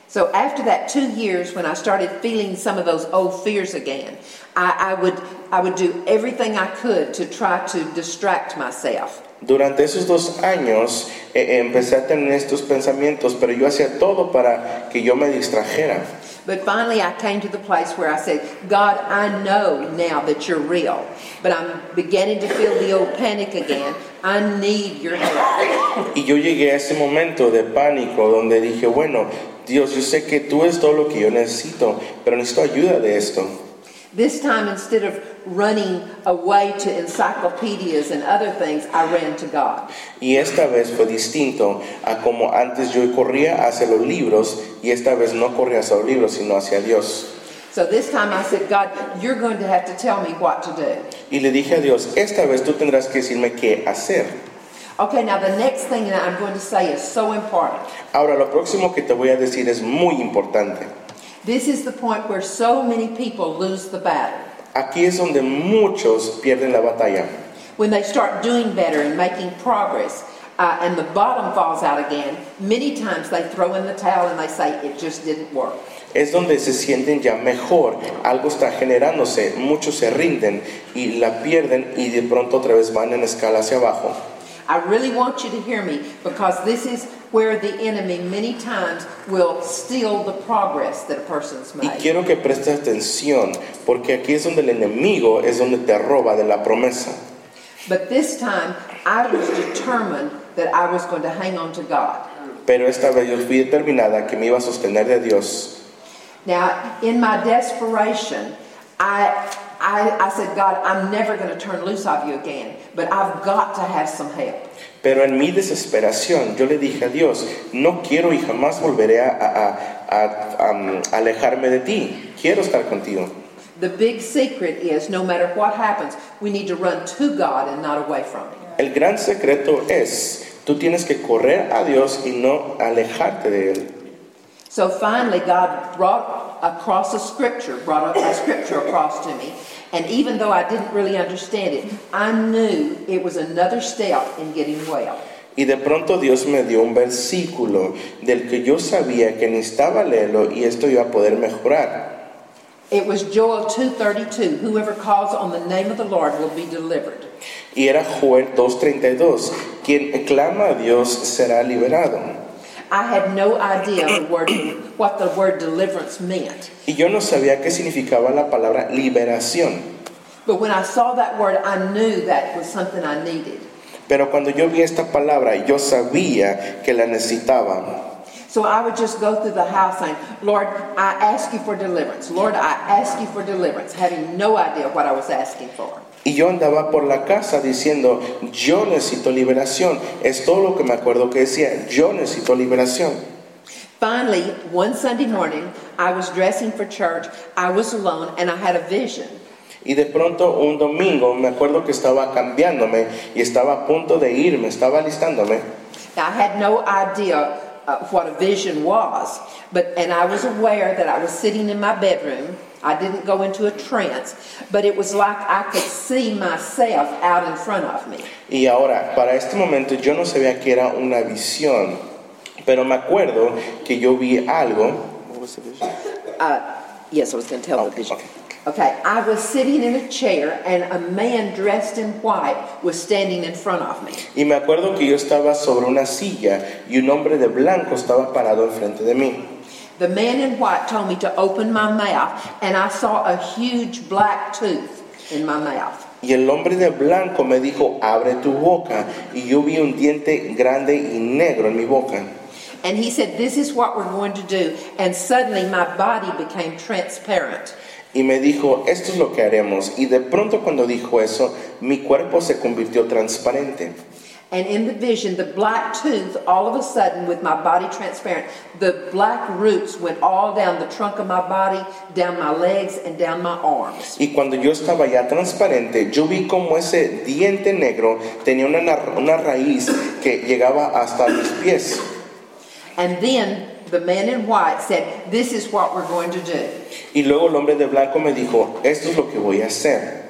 So after that two years, when I started feeling some of those old fears again, I, I would I would do everything I could to try to distract myself.
Durante esos dos años eh, eh, empecé a tener estos pensamientos, pero yo hacía todo para que yo me distrajera.
But finally, I came to the place where I said, God, I know now that you're real, but I'm beginning to feel the old panic again. I need your help.
Y yo llegué a ese momento de pánico donde dije, bueno, Dios, yo sé que tú es todo lo que yo necesito, pero necesito ayuda de esto.
This time, instead of running away to encyclopedias and other things, I ran to God.
Y esta vez fue distinto a como antes yo corría hacia los libros y esta vez no corría hacia los libros, sino hacia Dios.
So this time, I said, God, you're going to have to tell me what to do.
Y le dije a Dios, esta vez tú tendrás que decirme qué hacer.
Okay, now the next thing that I'm going to say is so important.
Ahora, lo próximo que te voy a decir es muy importante.
This is the point where so many people lose the battle.
Aquí es donde muchos pierden la batalla.
When they start doing better and making progress, uh, and the bottom falls out again, many times they throw in the towel and they say, It just didn't work.
es donde se sienten ya mejor, algo está generándose, muchos se rinden y la pierden y de pronto otra vez van en escala hacia abajo.
I really want you to hear me because this is where the enemy many times will steal the progress that a person's
Y
made.
quiero que prestes atención, porque aquí es donde el enemigo es donde te roba de la promesa.
But this time, I was determined that I was going to hang on to God.
Pero esta vez yo fui determinada que me iba a sostener de Dios.
Now, in my desperation, I, I, I said, God, I'm never going to turn loose of you again, but I've got to have some help.
Pero en mi desesperación yo le dije a Dios, no quiero y jamás volveré a, a- a- a- am, alejarme de ti, quiero estar contigo.
The big secret is no matter what happens, we need to run to God and not away from Him.
El gran secreto es, tú tienes que correr a Dios y no alejarte de Él.
So finally, God brought across a scripture, brought a, a scripture across to me, and even though I didn't really understand it, I knew it was another step in getting well.
Y de pronto Dios me dio un versículo del que yo sabía que necesitaba leerlo y esto iba a poder mejorar.
It was Joel 2:32, whoever calls on the name of the Lord will be delivered.
Y era Joel 2.32, quien clama a Dios será liberado.
I had no idea the word, what the word deliverance meant.
Y yo no sabía qué significaba la palabra liberación.
But when I saw that word, I knew that was something I needed.
Pero cuando yo vi esta palabra, yo sabía que la necesitaba.
So I would just go through the house saying, Lord, I ask you for deliverance. Lord, I ask you for deliverance, having no idea what I was asking for.
Y yo andaba por la casa diciendo, yo necesito liberación. Es todo lo que me acuerdo que decía, yo necesito liberación.
Finally, one Sunday morning, I was dressing for church. I was alone and I had a vision.
Y de pronto un domingo me acuerdo que estaba cambiándome y estaba a punto de irme, estaba listándome.
Now, I had no idea uh, what a vision was, but and I was aware that I was sitting in my bedroom. I didn't go into a trance, but it was like I could see myself out in front of me.
Y ahora, para este momento yo no sabía que era una visión, pero me acuerdo que yo vi algo.
Yes, I was going to tell the
Okay,
vision.
okay.
Okay, I was sitting in a chair, and a man dressed in white was standing in front of me.
Y me acuerdo que yo estaba sobre una silla y un hombre de blanco estaba parado enfrente de mí.
The man in white told me to open my mouth, and I saw a huge black tooth in my mouth.
Y el hombre de blanco me dijo, abre tu boca. Y yo vi un diente grande y negro en mi boca.
And he said, This is what we're going to do. And suddenly my body became transparent.
Y me dijo, esto es lo que haremos. Y de pronto cuando dijo eso, mi cuerpo se convirtió transparente.
And in the vision, the black tooth, all of a sudden, with my body transparent, the black roots went all down the trunk of my body, down my legs, and down my arms.
Y cuando yo estaba ya transparente, yo vi como ese diente negro tenía una, nar- una raíz que llegaba hasta mis pies.
And then the man in white said, This is what we're going to do.
Y luego el hombre de blanco me dijo, esto es lo que voy a hacer.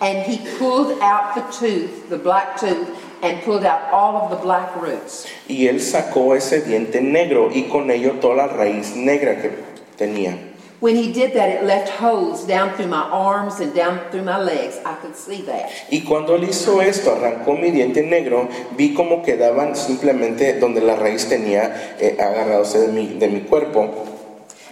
And he pulled out the tooth, the black tooth, and pulled out all of the black roots.
Y él sacó ese diente negro y con ello toda la raíz negra que tenía.
When he did that, it left holes down through my arms and down through my legs. I could see that.
Y cuando él hizo esto, arrancó mi diente negro, vi cómo quedaban simplemente donde la raíz tenía eh, agarrados de mi, de mi cuerpo,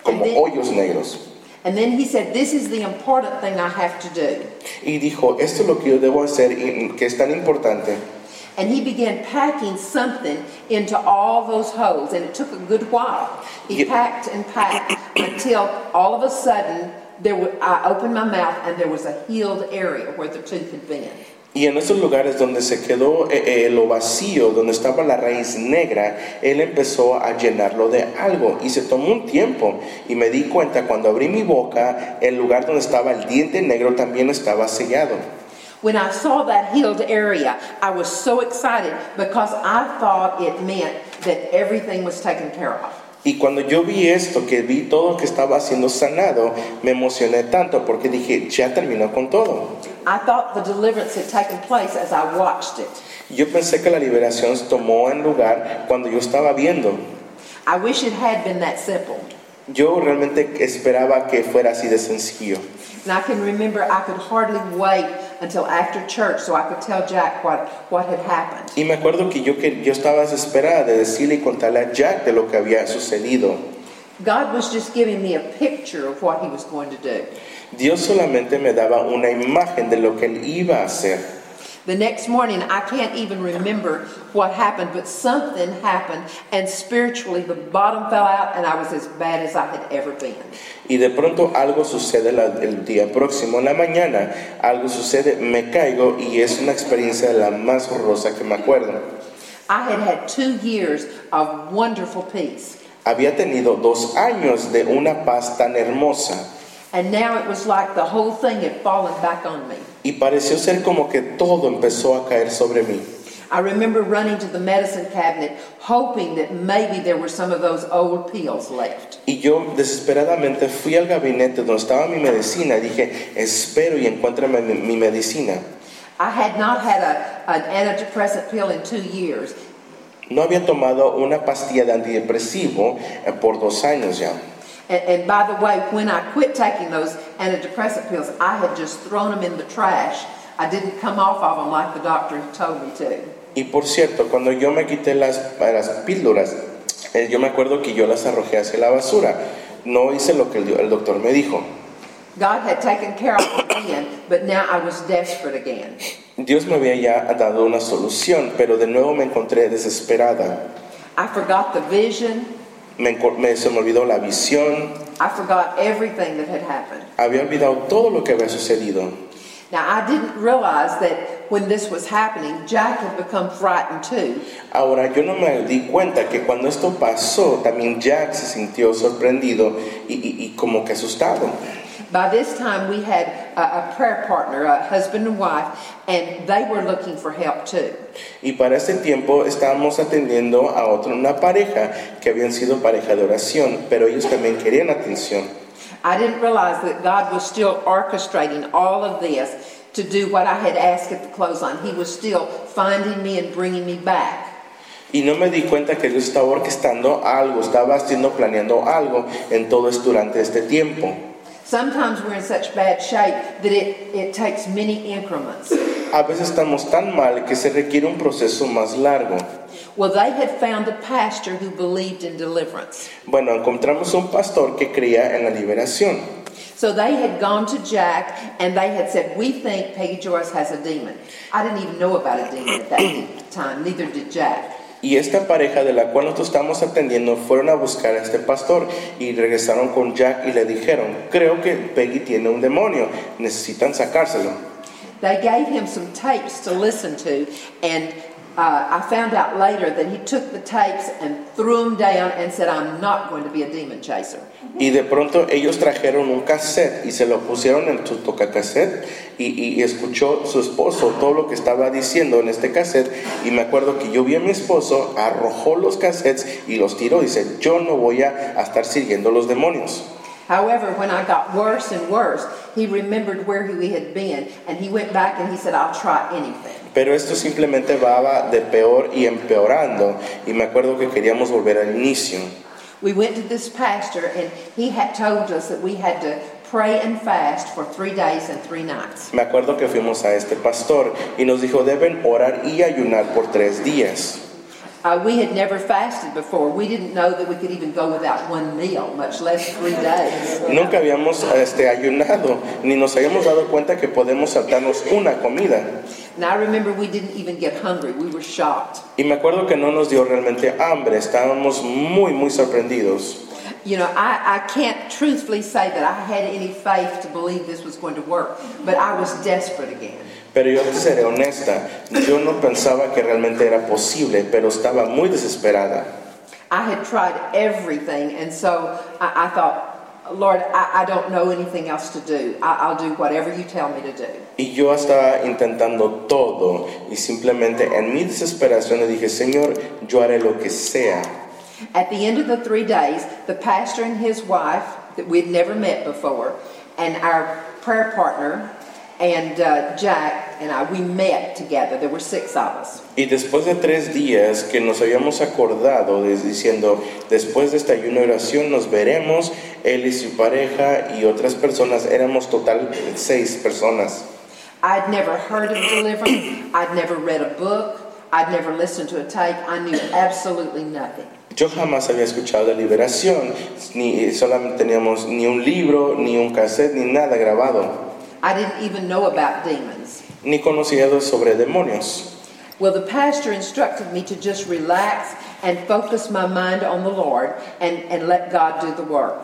como
Amén.
hoyos negros.
And then he said, This is the important thing I have to do.
Y dijo, esto es lo que yo debo hacer y que es tan importante.
And he began packing something into all those holes, and it took a good while. He
Yep.
packed and packed until all of a sudden, there wa- I opened my mouth and there was a healed area where the tooth had been.
Y en esos lugares donde se quedó eh, eh, lo vacío, donde estaba la raíz negra, él empezó a llenarlo de algo. Y se tomó un tiempo. Y me di cuenta cuando abrí mi boca, el lugar donde estaba el diente negro también estaba sellado.
When I saw that healed area, I was so excited because I thought it meant that everything was taken care of.
Y cuando yo vi esto, que vi todo que estaba siendo sanado, me emocioné tanto porque dije, ya terminó con todo.
I thought the deliverance had taken place as I watched it.
Yo pensé que la liberación tomó en lugar cuando yo estaba viendo.
I wish it had been that simple.
Yo realmente esperaba que fuera así de sencillo.
And I can remember I could hardly wait until after church so I could tell Jack what, what had happened.
Y me acuerdo que yo, que yo estaba desesperada de decirle y contarle a Jack de lo que había sucedido.
God was just giving me a picture of what He was going to do.
Dios solamente me daba una imagen de lo que él iba a hacer.
The next morning, I can't even remember what happened, but something happened, and spiritually, the bottom fell out, and I was as bad as I had ever been.
Y de pronto algo sucede la- el día próximo, en la mañana, algo sucede, me caigo y es una experiencia de la más horrorosa que me acuerdo.
I had had two years of wonderful peace,
Había tenido dos años de una paz tan hermosa
and now it was like the whole thing had fallen back on me.
y pareció ser como que todo empezó a caer sobre mí.
I remember running to the medicine cabinet hoping that maybe there were some of those old pills left.
Y yo desesperadamente fui al gabinete donde estaba mi medicina y dije, espero y encuéntrame mi, mi medicina.
I had not had a, an antidepressant pill in two years,
No había tomado una pastilla de antidepresivo eh, por dos años ya.
And, and by the way, when I quit taking those antidepressant pills, I had just thrown them in the trash. I didn't come off of them like the doctor had told me to.
Y por cierto, cuando yo me quité las, las píldoras, Eh, Yo me acuerdo que yo las arrojé hacia la basura. No hice lo que el, el doctor me dijo.
God had taken care of it then, but now I was desperate again.
Dios me había ya dado una solución, pero de nuevo me encontré desesperada.
I forgot the vision.
Me, enco- me- se me olvidó la visión,
I forgot everything that had happened.
había olvidado todo lo que había sucedido.
Now, I didn't realize that when this was happening, Jack had become frightened too.
Ahora yo no me di cuenta que cuando esto pasó, también Jack se sintió sorprendido y, y- y como que asustado.
By this time, we had a, a prayer partner, a husband and wife, and they were looking for help too.
Y para ese tiempo estábamos atendiendo a otra, una pareja que habían sido pareja de oración, pero ellos también querían atención.
I didn't realize that God was still orchestrating all of this to do what I had asked at the clothesline. He was still finding me and bringing me back.
Y no me di cuenta que Dios estaba orquestando algo, estaba haciendo, planeando algo en todo esto durante este tiempo.
Sometimes we're in such bad shape that it, it takes many increments.
A veces estamos tan mal que se requiere un proceso más largo.
Well, they had found a pastor who believed in deliverance.
Bueno, encontramos un pastor que creía en la liberación.
So they had gone to Jack and they had said, We think Peggy Joyce has a demon. I didn't even know about a demon at that time, neither did Jack.
Y esta pareja de la cual nosotros estamos atendiendo fueron a buscar a este pastor y regresaron con Jack y le dijeron, creo que Peggy tiene un demonio, necesitan sacárselo.
They gave him some tapes to listen to, and uh, I found out later that he took the tapes and threw them down and said, I'm not going to be a demon chaser.
Y de pronto ellos trajeron un cassette y se lo pusieron en su tocacassette y, y- y escuchó su esposo todo lo que estaba diciendo en este cassette. Y me acuerdo que yo vi a mi esposo, arrojó los cassettes y los tiró. Dice, yo no voy a, a estar sirviendo a los demonios.
However, when I got worse and worse, he remembered where he had been, and he went back and he said, I'll try anything.
Pero esto simplemente va de peor y empeorando. Y me acuerdo que queríamos volver al inicio.
We went to this pastor, and he had told us that we had to pray and fast for three days and three nights.
Me acuerdo que fuimos a este pastor y nos dijo, deben orar y ayunar por tres días.
Uh, we had never fasted before. We didn't know that we could even go without one meal, much less three days.
Nunca habíamos este, ayunado, ni nos habíamos dado cuenta que podemos saltarnos una comida.
And I remember we didn't even get hungry. We were shocked.
Y me acuerdo que no nos dio realmente hambre, estábamos muy, muy sorprendidos.
You know, I, I can't truthfully say that I had any faith to believe this was going to work, but I was desperate again.
Pero yo te seré honesta, yo no pensaba que realmente era posible, pero estaba muy desesperada.
I had tried everything, and so I, I thought, Lord, I, I don't know anything else to do. I, I'll do whatever you tell me to do.
Y yo estaba intentando todo y simplemente en mi desesperación le dije, Señor, yo haré lo que sea.
At the end of the three days, the pastor and his wife, that we'd never met before, and our prayer partner, and uh, Jack and I, we met together. There were six of us.
Y después de tres días que nos habíamos acordado, des- diciendo, después de esta ayuno y oración nos veremos, él y su pareja y otras personas, éramos total seis personas.
I'd never heard of deliverance, I'd never read a book, I'd never listened to a tape, I knew absolutely nothing.
Yo jamás había escuchado de liberación, ni solamente teníamos ni un libro, ni un cassette, ni nada grabado,
I didn't even know about demons.
ni conocido sobre demonios.
Well, the pastor instructed me to just relax and focus my mind on the Lord and, and let God do the work.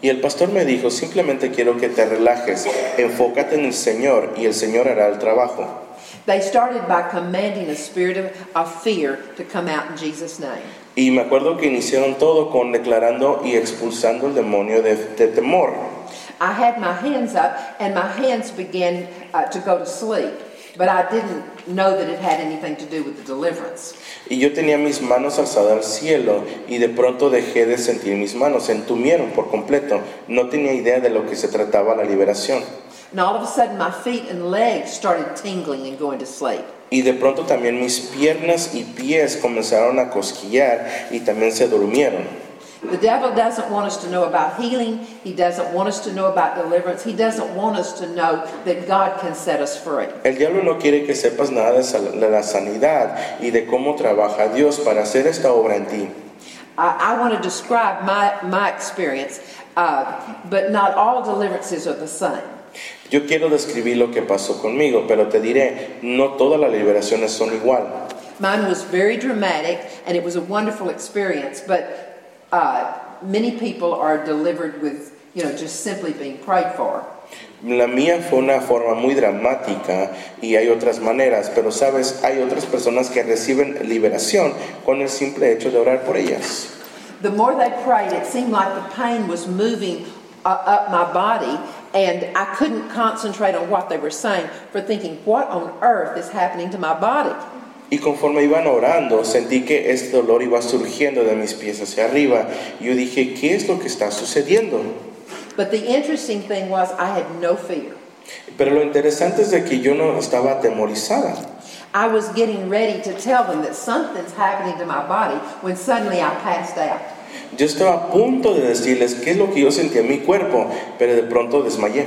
Y el pastor me dijo, simplemente quiero que te relajes, enfócate en el Señor y el Señor hará el trabajo.
They started by commanding a spirit of, of fear to come out in Jesus' name.
Y me acuerdo que iniciaron todo con declarando y expulsando el demonio de, de temor.
I had my hands up and my hands began uh, to go to sleep, but I didn't know that it had anything to do with the deliverance.
Y yo tenía mis manos alzadas al cielo y de pronto dejé de sentir mis manos, se entumieron por completo. No tenía idea de lo que se trataba la liberación.
And all of a sudden, my feet and legs started tingling and going to sleep.
Y de pronto también mis piernas y pies comenzaron a cosquillar y también se durmieron.
The devil doesn't want us to know about healing. He doesn't want us to know about deliverance. He doesn't want us to know that God can set us free.
El diablo no quiere que sepas nada de sal- de la sanidad y de cómo trabaja Dios para hacer esta obra en ti.
I, I want to describe my, my experience, uh, but not all deliverances are the same.
Yo quiero describir lo que pasó conmigo, pero te diré, no todas las liberaciones son igual.
Mine was very dramatic, and it was a wonderful experience, but uh, many people are delivered with, you know, just simply being prayed for.
La mía fue una forma muy dramática y hay otras maneras, pero sabes, hay otras personas que reciben liberación con el simple hecho de orar por ellas.
The more they prayed, it seemed like the pain was moving uh, up my body, and I couldn't concentrate on what they were saying for thinking, what on earth is happening to my body?
Y conforme iban orando, sentí que este dolor iba surgiendo de mis pies hacia arriba. Yo dije, ¿qué es lo que está sucediendo?
But the interesting thing was, I had no fear.
Pero lo interesante es de que yo no estaba atemorizada.
I was getting ready to tell them that something's happening to my body when suddenly I passed out.
Yo estaba a punto de decirles qué es lo que yo sentía en mi cuerpo, pero de pronto desmayé.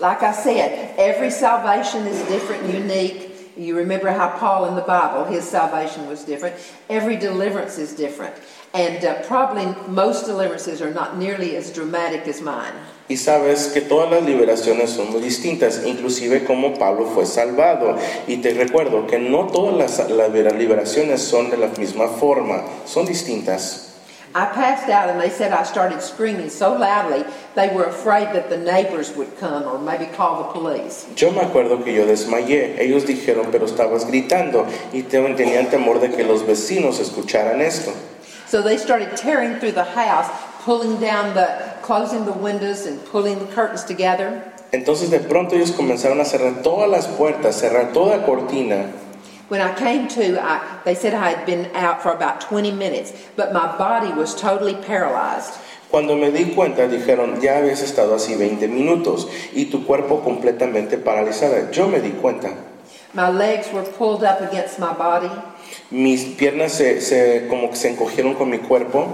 Like I said, every salvation is different and unique. You remember how Paul in the Bible, his salvation was different. Every deliverance is different. And uh, probably most deliverances are not nearly as dramatic as mine.
Y sabes que todas las liberaciones son muy distintas, inclusive como Pablo fue salvado. Y te recuerdo que no todas las, las liberaciones son de la misma forma, son distintas.
I passed out and they said I started screaming so loudly they were afraid that the neighbors would come or maybe call the police.
Yo me acuerdo que yo desmayé, ellos dijeron, pero estabas gritando y te- tenían temor de que los vecinos escucharan esto.
So they started tearing through the house, pulling down the, closing the windows and pulling the curtains together.
Entonces de pronto ellos comenzaron a cerrar todas las puertas, cerrar toda cortina.
When I came to, I, they said I had been out for about 20 minutes, but my body was totally paralyzed.
Cuando me di cuenta dijeron, ya habías estado así 20 minutos y tu cuerpo completamente paralizada. Yo me di cuenta.
My legs were pulled up against my body.
Mis piernas se, se- como que se encogieron con mi cuerpo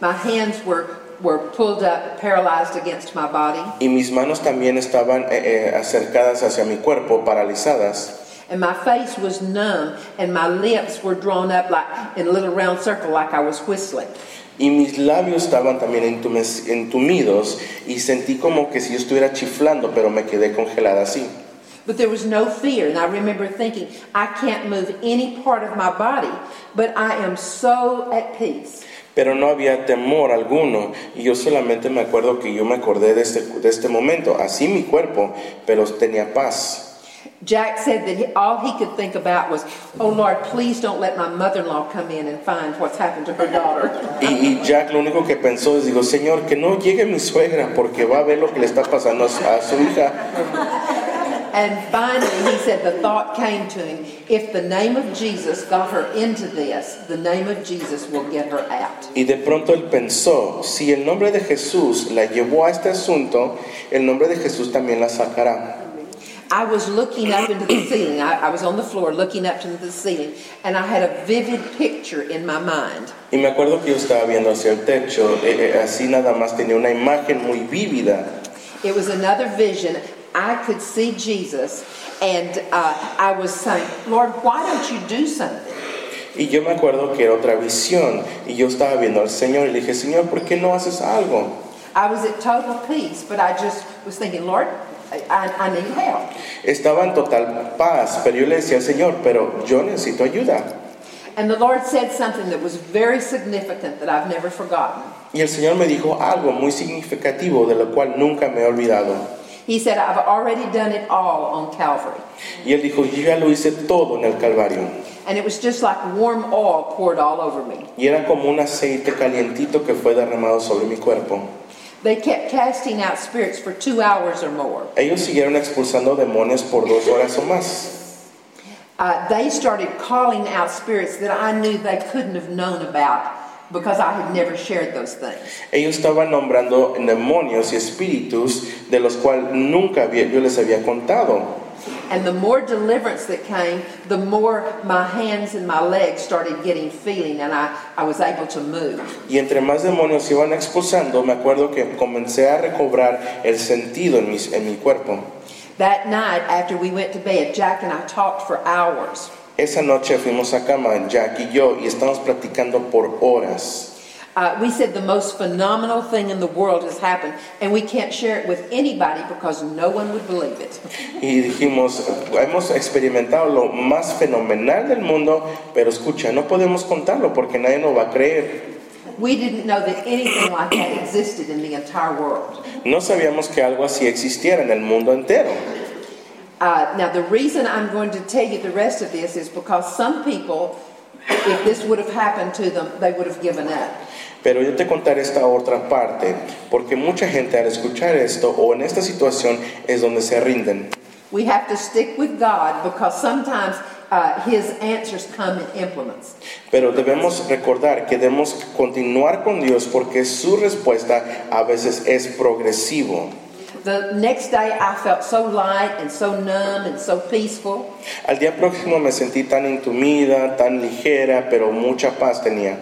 My hands were, were pulled up, paralyzed against my body.
y mis manos también estaban eh, eh, acercadas hacia mi cuerpo, paralizadas.
And my face was numb, and my lips were drawn up like in a little round circle, like I was whistling.
Y mis labios estaban también entumec- entumidos y sentí como que si yo estuviera chiflando, pero me quedé congelada así.
But there was no fear, and I remember thinking, I can't move any part of my body, but I am so at peace.
Pero no había temor alguno y yo solamente me acuerdo que yo me acordé de este, de este momento, así mi cuerpo, pero tenía paz.
Jack said that he, all he could think about was, Oh Lord, please don't let my mother in law come in and find what's happened to her daughter.
Y, y Jack lo único que pensó es, digo, Señor, que no llegue mi suegra porque va a ver lo que le está pasando a su, a su hija.
and finally, he said the thought came to him if the name of Jesus got her into this, the name of Jesus will get her out.
Y de pronto él pensó, si el nombre de Jesús la llevó a este asunto, el nombre de Jesús también la sacará.
I was looking up into the ceiling. I, I was on the floor looking up to the ceiling, and I had a vivid picture in my mind.
Y me acuerdo que yo estaba viendo hacia el techo, eh, eh, así nada más tenía una imagen muy vívida
It was another vision. I could see Jesus, and uh, I was saying, Lord, why don't you do something?
Y yo me acuerdo que era otra visión y yo estaba viendo al Señor y le dije, Señor, ¿por qué no haces algo?
I was at total peace, but I just was thinking, Lord, I, I, I need help.
Estaba en total paz, pero yo le decía, Señor, pero yo necesito ayuda.
And the Lord said something that was very significant that I've never forgotten.
Y el Señor me dijo algo muy significativo de lo cual nunca me he olvidado.
He said, I've already done it all on Calvary.
Y él dijo, yo ya lo hice todo en el Calvario.
And it was just like warm oil poured all over me.
Y era como un aceite calientito que fue derramado sobre mi cuerpo.
They kept casting out spirits for two hours or more.
Ellos siguieron expulsando demonios por dos horas o más.
Uh, they started calling out spirits that I knew they couldn't have known about because I had never shared those things.
Ellos estaban nombrando demonios y espíritus de los cuales nunca había- yo les había contado.
And the more deliverance that came, the more my hands and my legs started getting feeling and I, I was able to move.
Y entre más demonios iban expulsando, me acuerdo que comencé a recobrar el sentido en, mis- en mi cuerpo.
That night, after we went to bed, Jack and I talked for hours.
Esa noche fuimos a cama, Jack y yo, y estábamos platicando por horas.
Uh, uh, we said the most phenomenal thing in the world has happened, and we can't share it with anybody because no one would believe it.
Y dijimos, hemos experimentado lo más fenomenal del mundo, pero escucha, no podemos contarlo porque nadie nos va a creer.
We didn't know that anything like that existed in the entire world.
No sabíamos que algo así existiera en el mundo entero.
Uh, now, the reason I'm going to tell you the rest of this is because some people, if this would have happened to them, they would have given up.
Pero yo te contaré esta otra parte, porque mucha gente al escuchar esto o en esta situación es donde se rinden.
We have to stick with God because sometimes uh, His answers come in implements.
Pero debemos recordar que debemos continuar con Dios porque su respuesta a veces es progresivo.
The next day, I felt so light and so numb and so peaceful.
Al día próximo me sentí tan intumida, tan ligera, pero mucha paz tenía.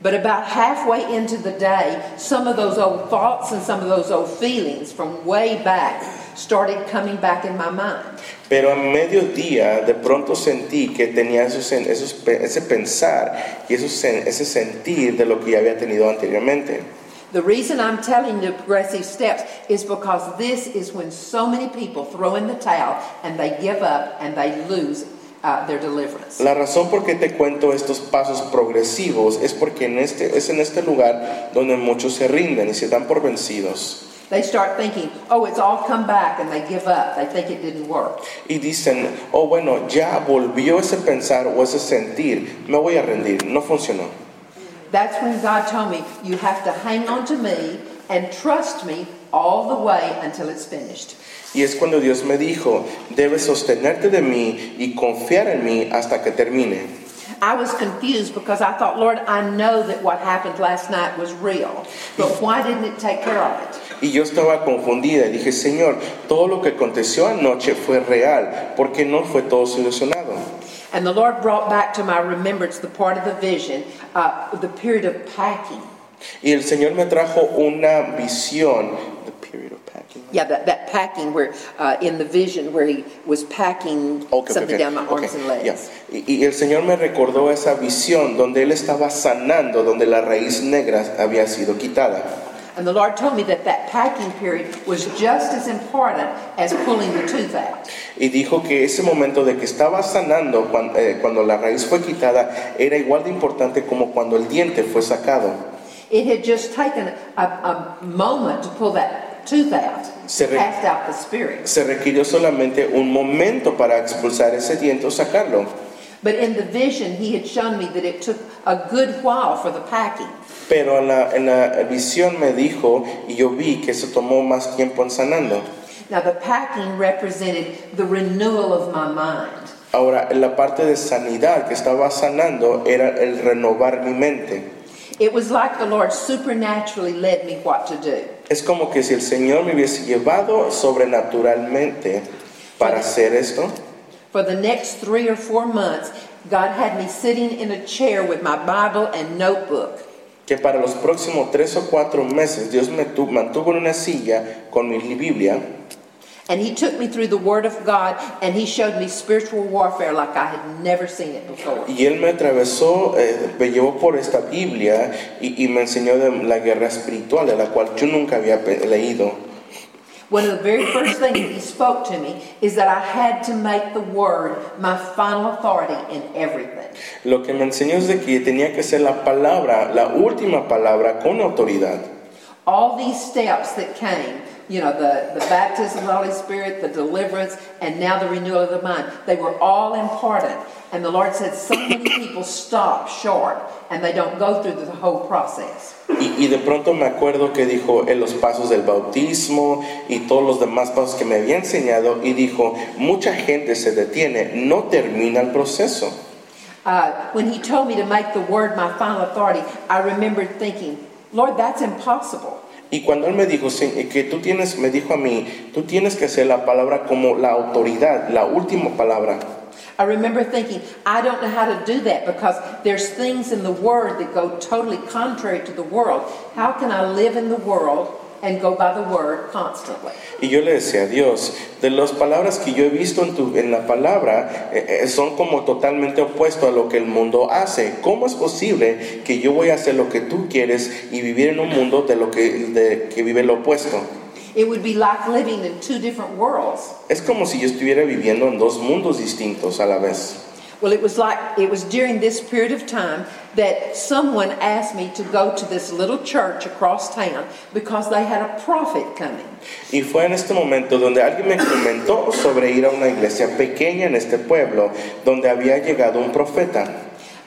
But about halfway into the day, some of those old thoughts and some of those old feelings from way back started coming back in my mind.
Pero a mediodía de pronto sentí que tenía esos, sen- esos pe- ese pensar y esos sen- ese sentir de lo que ya había tenido anteriormente.
The reason I'm telling you progressive steps is because this is when so many people throw in the towel and they give up and they lose uh, their deliverance.
La razón por qué te cuento estos pasos progresivos es porque en este, es en este lugar donde muchos se rinden y se dan por vencidos.
They start thinking, oh, it's all come back, and they give up. They think it didn't work.
Y dicen, oh bueno, ya volvió ese pensar o ese sentir, me voy a rendir, no funcionó.
That's when God told me, you have to hang on to me and trust me all the way until it's finished.
Y es cuando Dios me dijo, debes sostenerte de mí y confiar en mí hasta que termine.
I was confused because I thought, Lord, I know that what happened last night was real, but why didn't it take care of it?
Y yo estaba confundida y dije, Señor, todo lo que aconteció anoche fue real, porque no fue todo solucionado.
And the Lord brought back to my remembrance the part of the vision, uh, the period of packing.
Y el Señor me trajo una visión. The period of packing.
Yeah, that, that packing where uh, in the vision where he was packing
Ok, ok,
something
ok,
down my
ok,
arms and legs.
ya. Y, y el Señor me recordó esa visión donde Él estaba sanando, donde la raíz negra había sido quitada.
And the Lord told me that that packing period was just as important as pulling the tooth out.
Y dijo que ese momento de que estaba sanando, cuan- eh, cuando la raíz fue quitada, era igual de importante como cuando el diente fue sacado.
It had just taken a, a moment to pull that tooth out,
Se re-
cast out the spirit.
Se requirió solamente un momento para expulsar ese diente o sacarlo.
But in the vision, he had shown me that it took a good while for the packing.
Pero en la, en la visión me dijo, y yo vi que se tomó más tiempo en sanando.
Now, the packing represented the renewal of my mind.
Ahora, en la parte de sanidad que estaba sanando era el renovar mi mente.
It was like the Lord supernaturally led me what to do.
Es como que si el Señor me hubiese llevado sobrenaturalmente para hacer esto.
For the next three or four months, God had me sitting in a chair with my Bible and notebook.
Que para los próximos tres o cuatro meses Dios me tu- mantuvo en una silla con mi Biblia
And he took me through the Word of God and he showed me spiritual warfare like I had never seen it before.
Y él me atravesó, eh, me llevó por esta Biblia y, y me enseñó de la guerra espiritual, de la cual yo nunca había pe- leído.
One of the very first things that he spoke to me is that I had to make the Word my final authority in everything.
Lo que me enseñó es de que tenía que ser la palabra, la última palabra con autoridad.
All these steps that came, you know, the, the baptism of the Holy Spirit, the deliverance, and now the renewal of the mind, they were all important. And the Lord said, so many people stop short and they don't go through the whole process.
Y, y de pronto me acuerdo que dijo en los pasos del bautismo y todos los demás pasos que me había enseñado y dijo, mucha gente se detiene, no termina el proceso.
Uh, when he told me to make the word my final authority, I remembered thinking, Lord, that's impossible.
Y cuando él me dijo "Sí, que tú tienes, me dijo a mí, tú tienes que hacer la palabra como la autoridad, la última palabra.
I remember thinking, I don't know how to do that because there's things in the word that go totally contrary to the world. How can I live in the world and go by the word constantly.
Y yo le decía a Dios, de las palabras que yo he visto en, tu, en la palabra eh, eh, son como totalmente opuesto a lo que el mundo hace. ¿Cómo es posible que yo voy a hacer lo que tú quieres y vivir en un mundo de lo que, de- que vive lo opuesto?
It would be like living in two different worlds.
Es como si yo estuviera viviendo en dos mundos distintos a la vez.
Well, it was like it was during this period of time that someone asked me to go to this little church across town because they had a prophet coming.
Y fue en este momento donde alguien me comentó sobre ir a una iglesia pequeña en este pueblo, donde había llegado un profeta.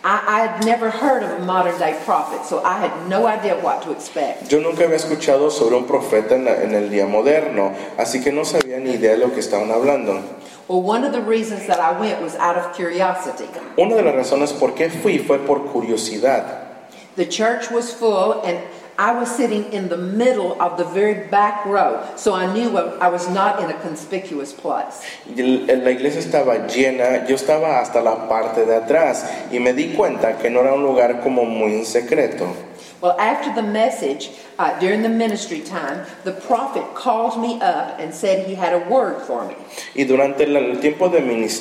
I, I had never heard of a modern day prophet, so I had no idea what to expect.
Yo nunca había escuchado sobre un profeta en, la- en el día moderno, así que no sabía ni idea de lo que estaban hablando.
Well, one of the reasons that I went was out of curiosity.
Una de las razones por qué fui fue por curiosidad.
The church was full, and I was sitting in the middle of the very back row, so I knew I was not in a conspicuous place.
Y el- La iglesia estaba llena, yo estaba hasta la parte de atrás y me di cuenta que no era un lugar como muy en secreto.
Well, after the message, uh, during the ministry time, the prophet called me up and said he had a word for me.
Y durante la- el tiempo de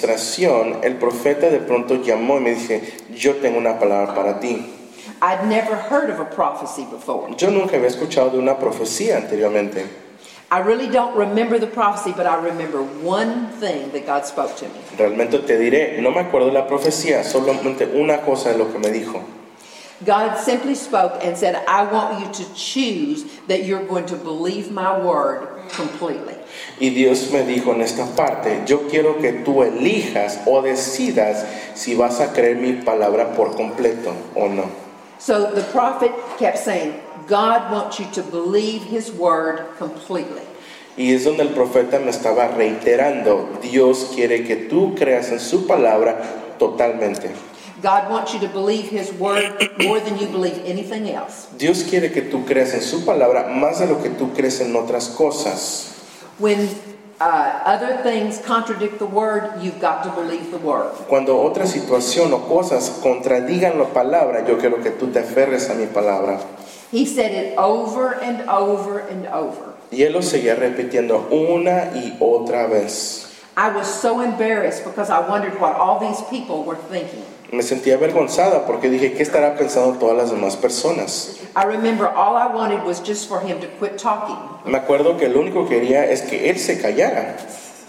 administración, el profeta de pronto llamó y me dice, yo tengo una palabra para ti.
I'd never heard of a prophecy before.
Yo nunca había escuchado de una profecía anteriormente.
I really don't remember the prophecy, but I remember one thing that God spoke to me.
Realmente te diré, no me acuerdo de la profecía, solamente una cosa de lo que me dijo.
God simply spoke and said, I want you to choose that you're going to believe my word completely.
Y Dios me dijo en esta parte, yo quiero que tú elijas o decidas si vas a creer mi palabra por completo o no.
So the prophet kept saying, God wants you to believe his word completely.
Y es donde el profeta me estaba reiterando, Dios quiere que tú creas en su palabra totalmente.
God wants you to believe his word more than you believe anything else.
Dios quiere que tú creas en su palabra más de lo que tú crees en otras cosas.
When uh, other things contradict the word, you've got to believe the word.
Cuando otra situación o cosas contradigan la palabra, yo quiero que tú te aferres a mi palabra.
He said it over and over and over.
Y él lo seguía repitiendo una y otra vez.
I was so embarrassed because I wondered what all these people were thinking.
Me sentía avergonzada porque dije, ¿qué estará pensando todas las demás personas?
I remember all I wanted was just for him to quit talking.
Me acuerdo que lo único que quería es que él se callara.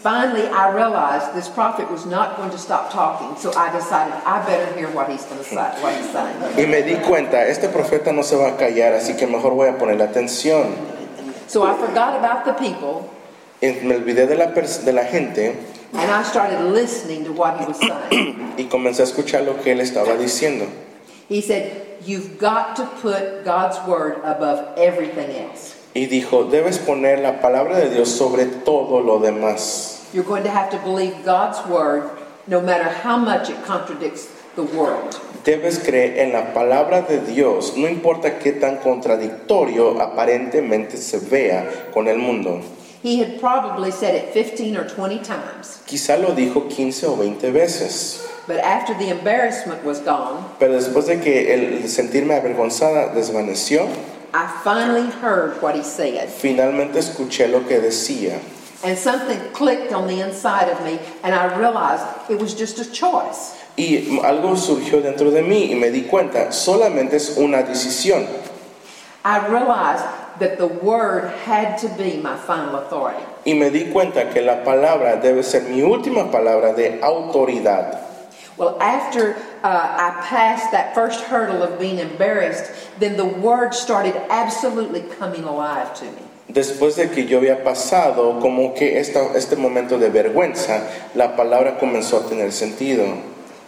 Finally, I realized this prophet was not going to stop talking, so I decided I better hear what he's going to say, what he's saying.
Y me di cuenta, este profeta no se va a callar, así que mejor voy a poner atención.
So I forgot about the people
Y me olvidé de la, pers- de la gente
and I started listening to what he was saying.
y comencé a escuchar lo que él estaba diciendo.
He said, You've got to put God's word above everything else.
Y dijo, debes poner la palabra de Dios sobre todo lo demás.
You're going to have to believe God's word no matter how much it contradicts the world.
Debes creer en la palabra de Dios, no importa qué tan contradictorio aparentemente se vea con el mundo.
He had probably said it 15 or 20 times,
Quizá lo dijo 15 o 20 veces,
but after the embarrassment was gone,
pero después de que el sentirme avergonzada desvaneció,
I finally heard what he said.
finalmente escuché lo que decía.
And something clicked on the inside of me, and I realized it was just a choice.
Y algo surgió dentro de mí y me di cuenta, solamente es una decisión.
I realized that the word had to be my final authority.
Y me di cuenta que la palabra debe ser mi última palabra de autoridad.
Well, after uh, I passed that first hurdle of being embarrassed, then the word started absolutely coming alive to me.
Después de que yo había pasado como que esta- este momento de vergüenza, la palabra comenzó a tener sentido.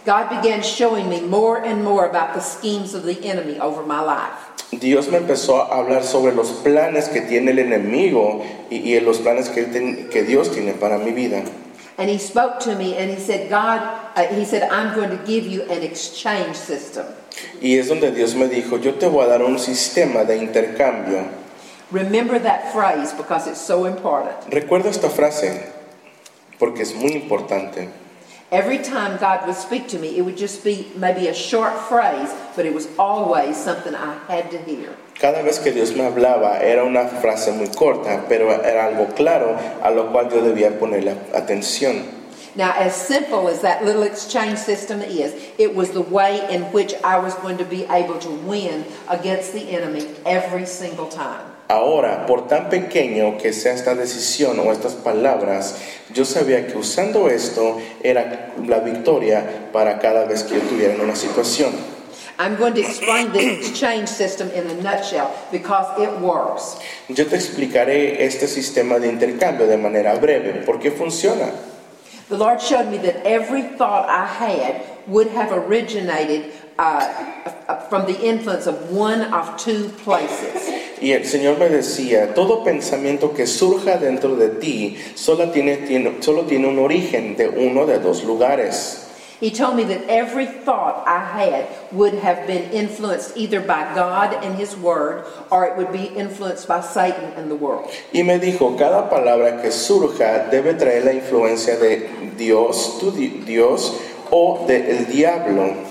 God began showing me more and more about the schemes of the enemy over my life.
Dios me empezó a hablar sobre los planes que tiene el enemigo y, y los planes que, él ten- que Dios tiene para mi vida.
And he spoke to me and he said, God, uh, he said, I'm going to give you an exchange system.
Y es donde Dios me dijo, yo te voy a dar un sistema de intercambio.
Remember that phrase because it's so important.
Recuerdo esta frase porque es muy importante.
Every time God would speak to me, it would just be maybe a short phrase, but it was always something I had to hear.
Cada vez que Dios me hablaba era una frase muy corta, pero era algo claro a lo cual yo debía ponerle atención.
Now, as simple as that little exchange system is, it was the way in which I was going to be able to win against the enemy every single time.
Ahora, por tan pequeño que sea esta decisión o estas palabras, yo sabía que usando esto era la victoria para cada vez que yo tuviera en una situación.
I'm going to explain the exchange system in a nutshell because it works.
Yo te explicaré este sistema de intercambio de manera breve, por qué funciona.
The Lord showed me that every thought I had would have originated uh, from the influence of one of two places.
Y el Señor me decía, todo pensamiento que surja dentro de ti solo tiene, tiene- solo tiene un origen de uno de dos lugares.
He told me that every thought I had would have been influenced either by God and His Word, or it would be influenced by Satan and the world.
Y me dijo, cada palabra que surja debe traer la influencia de Dios, tu di- Dios o del diablo.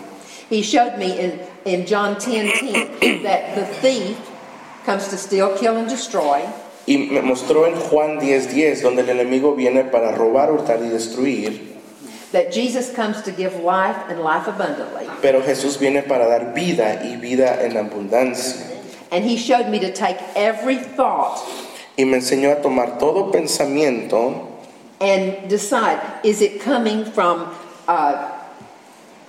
He showed me in, in John 10:10 that the thief comes to steal, kill, and destroy.
Y me mostró en Juan 10:10, donde el enemigo viene para robar, hurtar y destruir,
That Jesus comes to give life and life abundantly.
pero Jesús viene para dar vida y vida en abundancia.
And he showed me to take every thought
Y me enseñó a tomar todo pensamiento
and decide is it coming from uh,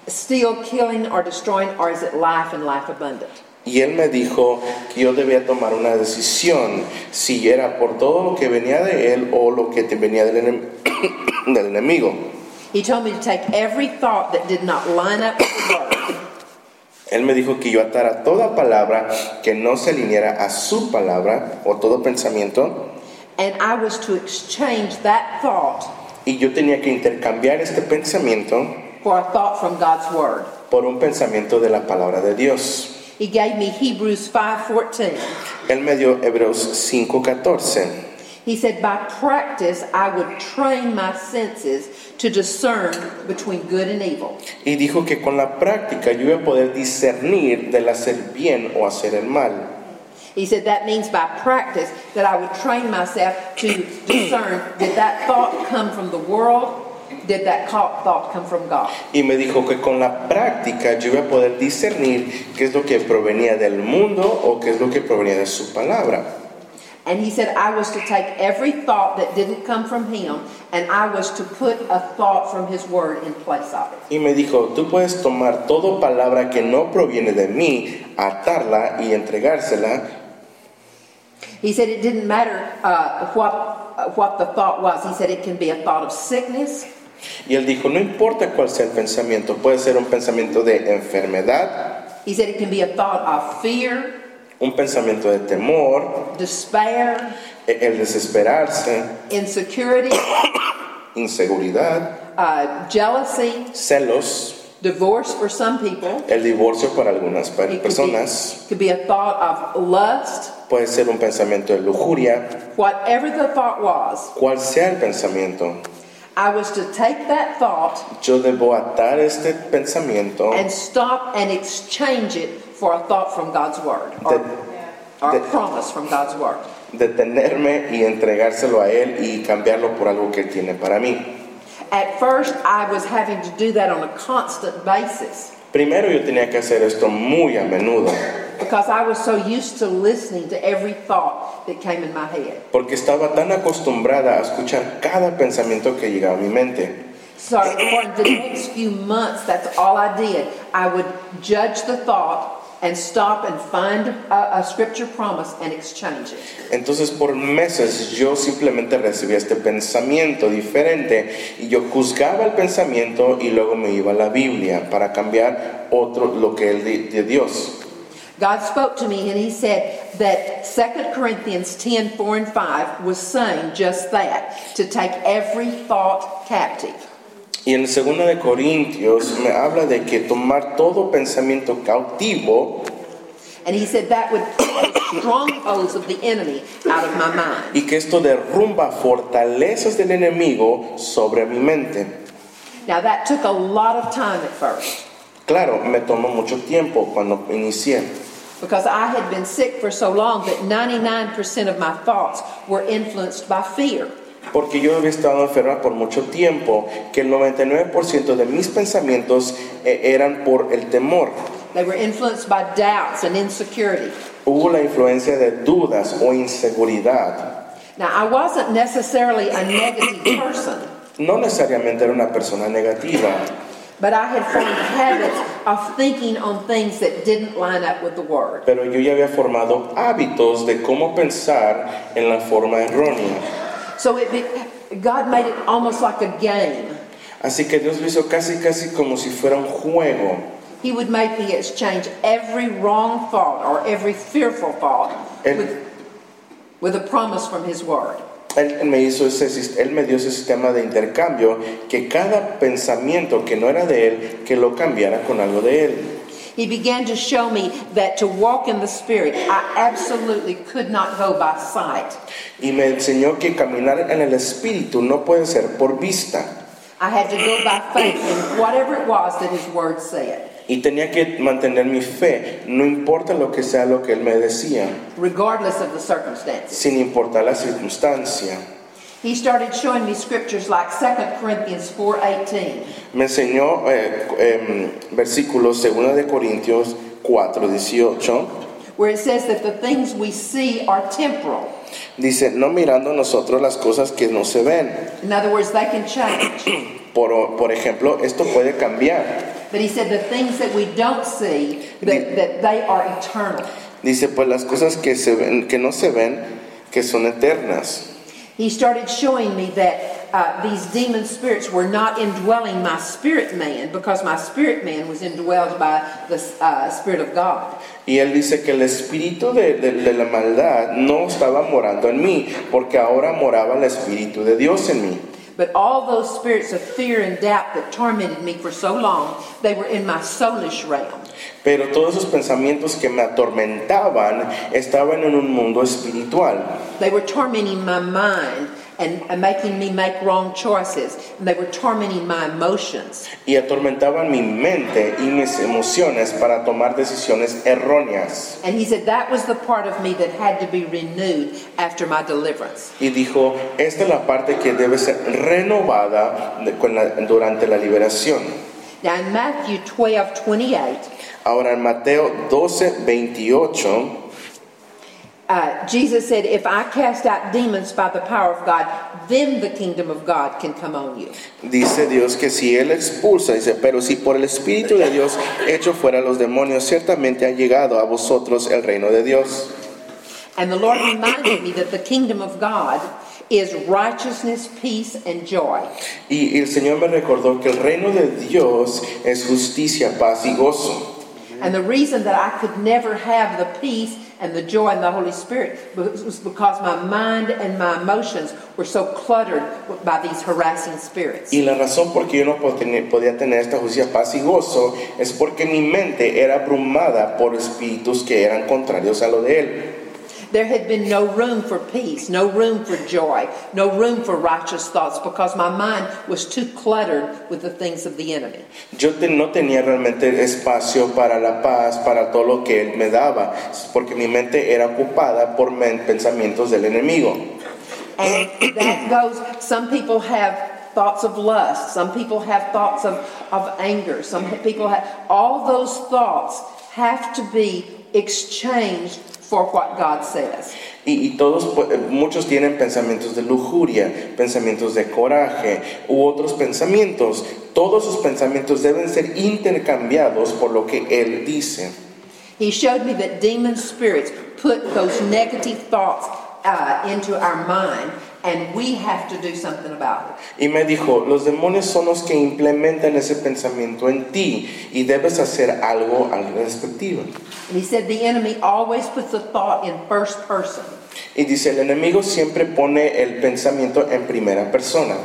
steal, killing, or destroying, or is it life and life abundant?
y él me dijo que yo debía tomar una decisión, si era por todo lo que venía de él o lo que te venía del enem- del enemigo.
He told me to take every thought that did not line up with the word
Él me dijo que yo atara toda palabra que no se alineara a su palabra o todo pensamiento
and I was to exchange that thought
y yo tenía que intercambiar este pensamiento
for a thought from God's word.
por un pensamiento de la palabra de Dios.
He gave me Hebrews 5:14.
Él me dio Hebreos 5:14.
He said by practice I would train my senses to discern between good and evil.
Y dijo que con la práctica yo iba a poder discernir del hacer bien o hacer el mal.
He said that means by practice that I would train myself to discern did that thought come from the world? Did that co- thought come from God?
Y me dijo que con la práctica yo iba a poder discernir qué es lo que provenía del mundo o qué es lo que provenía de su palabra.
And he said I was to take every thought that didn't come from him and I was to put a thought from his word in place of it.
Y me dijo, tú puedes tomar toda palabra que no proviene de mí, atarla y entregársela.
He said it didn't matter uh, what uh, what the thought was. He said it can be a thought of sickness,
Y él dijo, no importa cuál sea el pensamiento, puede ser un pensamiento de enfermedad,
He said it can be a thought of fear,
un pensamiento de temor,
despair,
e- el desesperarse,
insecurity,
inseguridad,
uh, jealousy,
celos,
divorce for some people.
el divorcio para algunas per-
It could
personas,
be, could be a thought of lust.
puede ser un pensamiento de lujuria,
Whatever the thought was,
cuál sea el pensamiento.
I was to take that thought
Yo debo atar este pensamiento
and stop and exchange it for a thought from God's Word or, or a
that-
promise from God's Word.
detenerme y entregárselo a él y cambiarlo por algo que él tiene para mí.
At first, I was having to do that on a constant basis
Primero yo tenía que hacer esto muy a menudo,
because I was so used to listening to every thought that came in my head.
porque estaba tan acostumbrada a escuchar cada pensamiento que llegaba a mi mente.
So for the next few months, that's all I did. I would judge the thought and stop and find a, a scripture promise and exchange it.
Entonces por meses yo simplemente recibía este pensamiento diferente y yo juzgaba el pensamiento y luego me iba a la Biblia para cambiar otro lo que él di- de Dios.
God spoke to me and he said that 2 Corinthians 10, 4 and 5 was saying just that, to take every thought captive.
Y en 2 de Corintios me habla de que tomar todo pensamiento cautivo
And he said that would take the strongholds of the enemy out of my mind.
y que esto derrumba fortalezas del enemigo sobre mi mente.
Now, that took a lot of time at first
Claro, me tomó mucho tiempo cuando inicié,
because I had been sick for so long that 99% of my thoughts were influenced by fear.
porque yo había estado enferma por mucho tiempo, que el 99% de mis pensamientos eh, eran por el temor.
They were influenced by doubts and insecurity.
Hubo la influencia de dudas o inseguridad.
Now, I wasn't necessarily a negative person,
No necesariamente era una persona negativa,
but I had formed habits of thinking on things that didn't line up with the Word.
pero yo ya había formado hábitos de cómo pensar en la forma errónea.
So it be, God made it almost like a game.
Así que Dios lo hizo casi casi como si fuera un juego.
He would make me exchange every wrong thought or every fearful thought
And-
with, with a promise from His Word.
Él me, hizo ese, sis- él me dio ese sistema de intercambio que cada pensamiento que no era de él, que lo cambiara con algo de él.
He began to show me that to walk in the Spirit, I absolutely could not go by sight.
Y me enseñó que caminar en el espíritu no puede ser por vista.
I had to go by faith in whatever it was that His Word said,
Y tenía que mantener mi fe, no importa lo que sea lo que él me decía,
regardless of the circumstances.
sin importar la circunstancia.
He started showing me scriptures like 2 Corinthians 4.18.
Me enseñó eh, em, versículos 2 de Corintios 4, 18.
where it says that the things we see are temporal.
Dice, no mirando nosotros las cosas que no se ven.
In other words, they can change.
Por, por ejemplo, esto puede cambiar.
But he said the things that we don't see, that, that they are eternal.
Dice, pues las cosas que, se ven, que no se ven, que son eternas.
He started showing me that uh, these demon spirits were not indwelling my spirit man because my spirit man was indwelled by the uh, Spirit of God.
Y él dice que el espíritu de, de- de la maldad no estaba morando en mí, porque ahora moraba el espíritu de Dios en mí.
But all those spirits of fear and doubt that tormented me for so long, they were in my soulish realm.
Pero todos esos pensamientos que me atormentaban estaban en un mundo espiritual.
They were tormenting my mind and, and making me make wrong choices. And they were tormenting my emotions.
Y atormentaban mi mente y mis emociones para tomar decisiones erróneas.
And he said that was the part of me that had to be renewed after my deliverance.
Y dijo, esta es la parte que debe ser renovada de- con la- durante la liberación.
Now in Matthew 12 28,
Ahora en Mateo 12, 28.
uh, Jesus said, If I cast out demons by the power of God, then the kingdom of God can come on you.
Dice Dios que si Él expulsa, dice, pero si por el Espíritu de Dios hecho fuera los demonios, ciertamente ha llegado a vosotros el reino de Dios.
And the Lord reminded me that the kingdom of God is righteousness, peace, and joy.
Y, y el Señor me recordó que el reino de Dios es justicia, paz y gozo.
And the reason that I could never have the peace and the joy and the Holy Spirit was because my mind and my emotions were so cluttered by these harassing spirits.
Y la razón por que yo no po- tener- podía tener esta justicia, paz y gozo es porque mi mente era abrumada por espíritus que eran contrarios a lo de Él.
There had been no room for peace, no room for joy, no room for righteous thoughts because my mind was too cluttered with the things of the enemy.
Yo te- no tenía realmente espacio para la paz, para todo lo que Él me daba, porque mi mente era ocupada por men- pensamientos del enemigo.
And that goes, some people have thoughts of lust, some people have thoughts of, of anger, some people have, all those thoughts have to be exchanged for what God says.
Y, y todos, pu- eh, muchos tienen pensamientos de lujuria, pensamientos de coraje u otros pensamientos. Todos sus pensamientos deben ser intercambiados por lo que Él dice.
He showed me that demon spirits put those negative thoughts uh, into our mind, and we have to do something about it.
Y me dijo, los demonios son los que implementan ese pensamiento en ti y debes hacer algo al respectivo.
And he said the enemy always puts a thought in first person.
Y dice, el enemigo siempre pone el pensamiento en primera persona.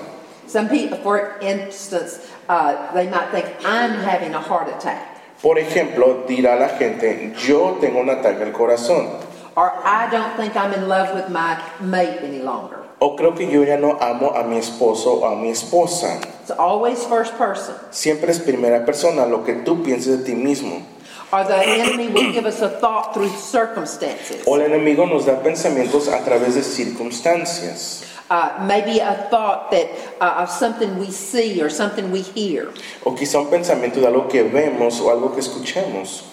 Some people, for instance, uh, they might think, I'm having a heart attack.
Por ejemplo, dirá la gente, yo tengo un ataque al corazón.
or I don't think I'm in love with my mate any longer.
O creo que yo ya no amo a mi esposo o a mi esposa.
It's always first person.
Siempre es primera persona lo que tú pienses de ti mismo.
Or the enemy will give us a thought through circumstances.
O el enemigo nos da pensamientos a través de circunstancias.
Uh, maybe a thought that uh, of something we see or something we hear,
O quizá un pensamiento de algo que vemos o algo que escuchemos.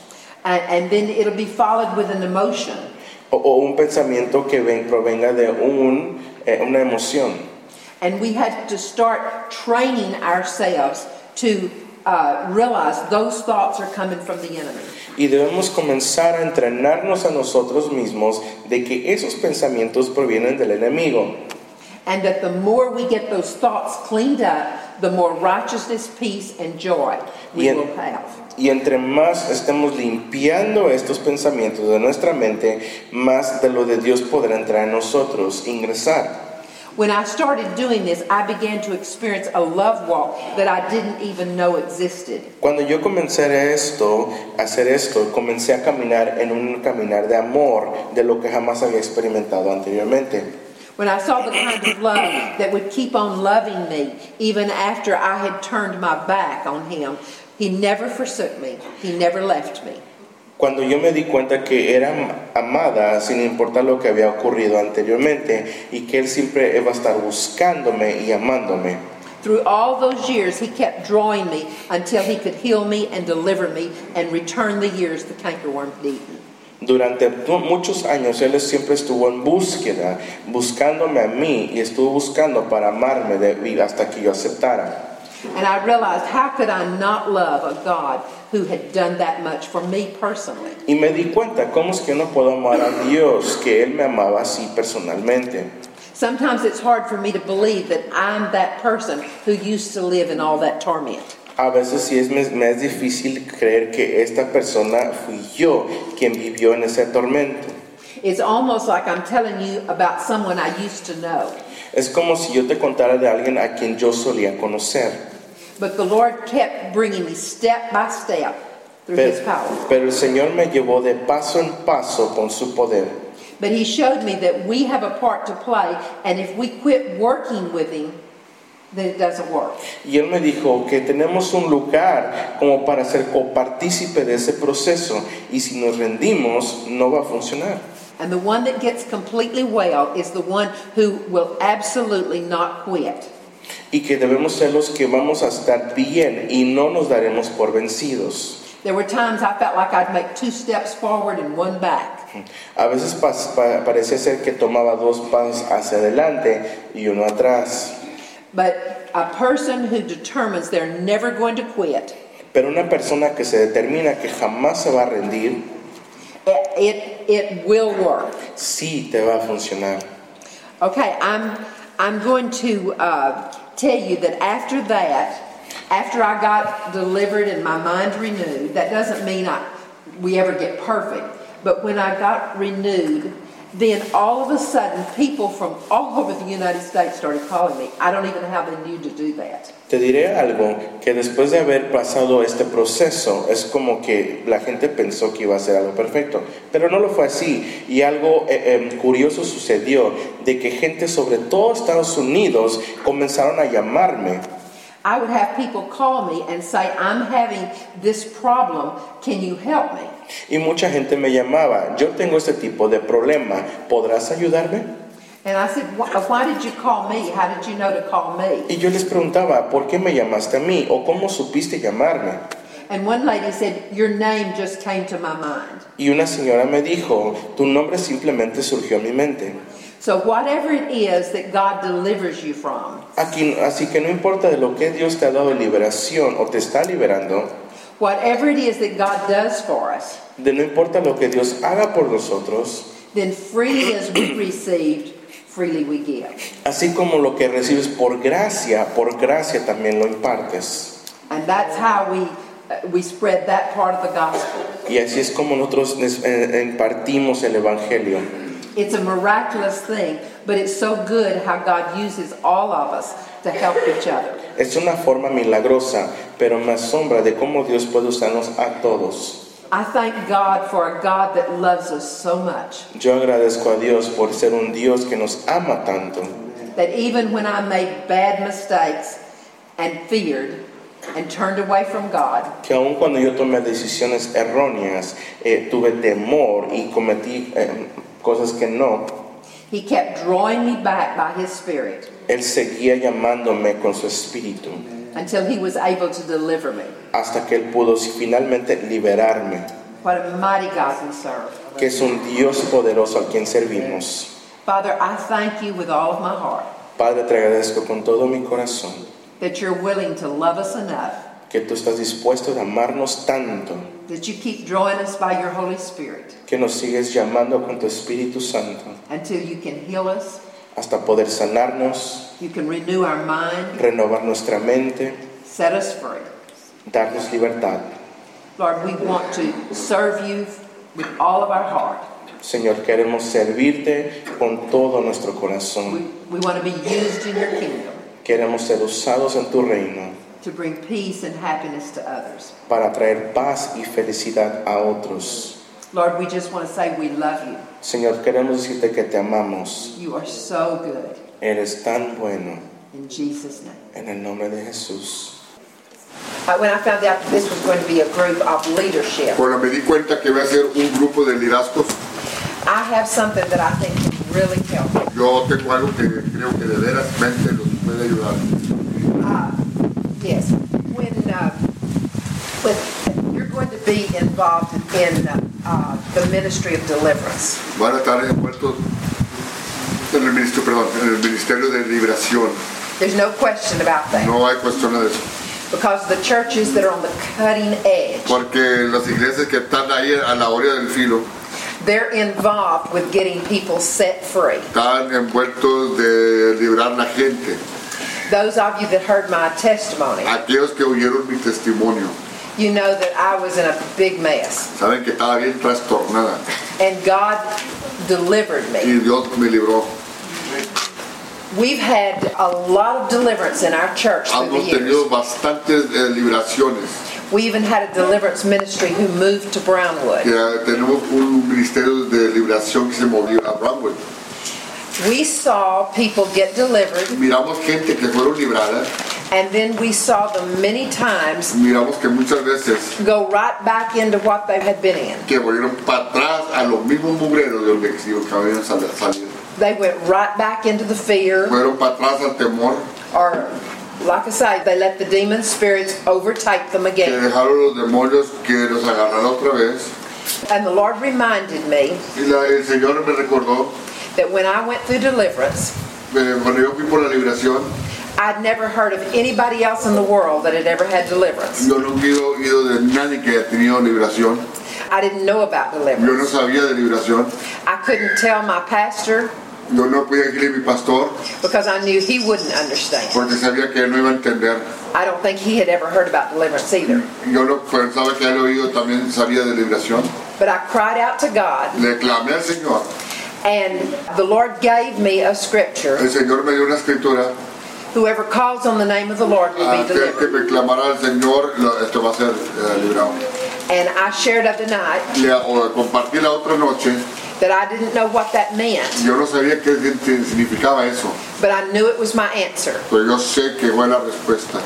and, and then it'll be followed with an emotion.
O, o un pensamiento que ven- provenga de un, eh, una emoción.
And we have to start training ourselves to uh, realize those thoughts are coming from the enemy.
Y debemos comenzar a entrenarnos a nosotros mismos de que esos pensamientos provienen del enemigo.
And that the more we get those thoughts cleaned up, the more righteousness, peace, and joy we
Yeah.
will have.
Y entre más estemos limpiando estos pensamientos de nuestra mente, más de lo de Dios podrá entrar en nosotros, ingresar.
When I started doing this, I began to experience a love walk that I didn't even know existed.
Cuando yo comencé esto, a hacer esto, comencé a caminar en un caminar de amor de lo que jamás había experimentado anteriormente.
When I saw the kind of love that would keep on loving me even after I had turned my back on him, he never forsook me. He never left me.
Cuando yo me di cuenta que era am- amada sin importar lo que había ocurrido anteriormente y que Él siempre iba a estar buscándome y amándome.
Through all those years, he kept drawing me until he could heal me and deliver me and return the years the cankerworm had eaten.
Durante tu- muchos años Él siempre estuvo en búsqueda, buscándome a mí y estuvo buscando para amarme de- y hasta que yo aceptara.
And I realized how could I not love a God who had done that much for me personally?
Y me di cuenta cómo es que yo no puedo amar a Dios, que Él me amaba así personalmente.
Sometimes it's hard for me to believe that I'm that person who used to live in all that torment.
A veces sí es, me, me es difícil creer que esta persona fui yo quien vivió en ese tormento.
It's almost like I'm telling you about someone I used to know.
Es como si yo te contara de alguien a quien yo solía conocer.
But the Lord kept bringing me step by step through
Pero,
His power.
pero el Señor me llevó de paso en paso con su poder.
But He showed me that we have a part to play, and if we quit working with Him, then it doesn't work.
Y Él me dijo que tenemos un lugar como para ser copartícipe de ese proceso y si nos rendimos no va a funcionar.
And the one that gets completely well is the one who will absolutely not quit.
Y que debemos ser los que vamos a estar bien y no nos daremos por vencidos.
There were times I felt like I'd make two steps forward and one back.
A veces pas- pa- parecía ser que tomaba dos pasos hacia adelante y uno atrás.
But a person who determines they're never going to quit,
Pero una persona que se determina que jamás se va a rendir,
it, it, it will work.
sí te va a funcionar.
Okay, I'm, I'm going to uh, tell you that after that, after I got delivered and my mind renewed, that doesn't mean I, we ever get perfect, but when I got renewed, then all of a sudden people from all over the United States started calling me. I don't even know how they knew to do that.
Te diré algo, que después de haber pasado este proceso, es como que la gente pensó que iba a ser algo perfecto, pero no lo fue así. Y algo eh, eh, curioso sucedió, de que gente, sobre todo Estados Unidos, comenzaron a llamarme.
I would have people call me and say, I'm having this problem, can you help me?
Y mucha gente me llamaba, yo tengo este tipo de problema, ¿podrás ayudarme?
And I said, why, why did you call me? How did you know to call me?
Y yo les preguntaba, ¿por qué me llamaste a mí? ¿O cómo supiste llamarme?
And one lady said, Your name just came to my mind.
Y una señora me dijo, tu nombre simplemente surgió a mi mente.
So, whatever it is that God delivers you from,
Aquí- así que no importa de lo que Dios te ha dado liberación o te está liberando,
whatever it is that God does for us,
de no importa lo que Dios haga por nosotros,
then freely as we received, freely we give.
así como lo que recibes por gracia, por gracia también lo impartes.
And that's how we, uh, we spread that part of the gospel.
Y así es como nosotros des- eh, impartimos el Evangelio.
It's a miraculous thing, but it's so good how God uses all of us to help each other.
Es una forma milagrosa, pero me asombra de cómo Dios puede usarnos a todos.
I thank God for a God that loves us so much.
Yo agradezco a Dios por ser un Dios que nos ama tanto.
that even when I made bad mistakes and feared and turned away from God,
que aun cuando yo tomé decisiones erróneas, eh, tuve temor y cometí eh, cosas que no,
He kept drawing me back by His Spirit
Él seguía llamándome con su espíritu
until He was able to deliver me.
hasta que Él pudo finalmente liberarme,
What a mighty God we serve.
que es un Dios poderoso al quien servimos.
Father, I thank you with all of my heart
Padre, te agradezco con todo mi corazón
that you're willing to love us enough
que tú estás dispuesto a amarnos tanto,
that you keep drawing us by your Holy Spirit
que nos sigues llamando con tu Espíritu Santo
until you can heal us,
hasta poder sanarnos,
you can renew our mind,
renovar nuestra mente,
set us free.
darnos libertad.
Lord, we want to serve you with all of our heart.
Señor, queremos servirte con todo nuestro
We,
corazón.
we want to be used in your kingdom
Queremos ser usados en tu reino
to bring peace and happiness to others.
para traer paz y felicidad a otros.
Lord, we just want to say we love you.
Señor, queremos decirte que te amamos.
You are so good.
Eres tan bueno.
In Jesus' name.
En el nombre de Jesús.
Uh, When I found out this was going to be a group of leadership,
Ahora me di cuenta que va a ser un grupo de liderazgos.
I have something that I think can really help.
Yo tengo algo que creo que de veras mente los puede ayudar.
Yes, when, uh, when you're going to be involved in uh, the ministry of deliverance,
Van a estar envueltos en el ministerio, perdón, en el ministerio de liberación.
there's no question about that.
No hay cuestión de eso.
Because the churches that are on the cutting edge,
Porque las iglesias que están ahí a la orilla del filo
they're involved with getting people set free.
están envueltos de librar la gente.
Those of you that heard my testimony,
Aquellos que oyeron mi testimonio
you know that I was in a big mess.
saben que estaba bien trastornada
And God delivered me.
y Dios me libró.
We've had a lot of deliverance in our church through the
Hemos
years.
tenido bastantes eh, liberaciones.
We even had a deliverance ministry who moved to Brownwood.
Ya tenemos un ministerio de liberación que se movió a Brownwood.
We saw people get delivered,
Miramos gente que fueron libradas,
and then we saw them many times
miramos que muchas veces
go right back into what they had been in.
que volvieron para atrás a los mismos mugreros de donde que que habían sal- salido.
They went right back into the fear,
Fueron para atrás al temor,
or like I say, they let the demon spirits overtake them
que
again.
dejaron los demonios que los agarraron otra vez.
And the Lord reminded me
Y la- el Señor me recordó,
that when I went through deliverance,
eh, cuando yo fui por la liberación,
I'd never heard of anybody else in the world that had ever had deliverance.
yo nunca he ido, ido de nadie que haya tenido liberación.
I didn't know about
Yo no
deliverance.
sabía de liberación.
I couldn't tell my pastor
Yo no podía decirle a mi pastor
because I knew he wouldn't understand.
porque sabía que él no iba a entender.
I don't think he had ever heard about deliverance either.
Yo lo pensaba que al oído también sabía de liberación.
But I cried out to God,
Le clamé al Señor.
and the Lord gave me a scripture
El Señor me dio una escritura.
whoever calls on the name of the Lord will be
Aquel que
delivered.
me clamara al Señor, lo- esto va a ser eh, librado.
And I shared of the night
Le o- compartí la otra noche.
that I didn't know what that meant,
Yo no sabía qué sin- qué significaba eso.
but I knew it was my answer.
Pero yo sé que fue la respuesta.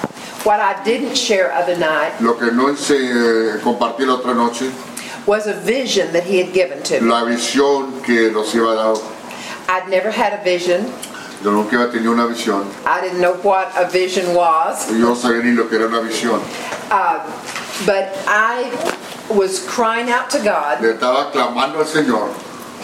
What I didn't share of the night
Lo que no hice, eh, compartí la otra noche,
was a vision that he had given to me.
la visión que nos iba dado.
I'd never had a vision.
Yo nunca había tenido una visión.
I didn't know what a vision was,
Yo no sabía ni lo que era una visión.
but I was crying out to God
Le estaba clamando al Señor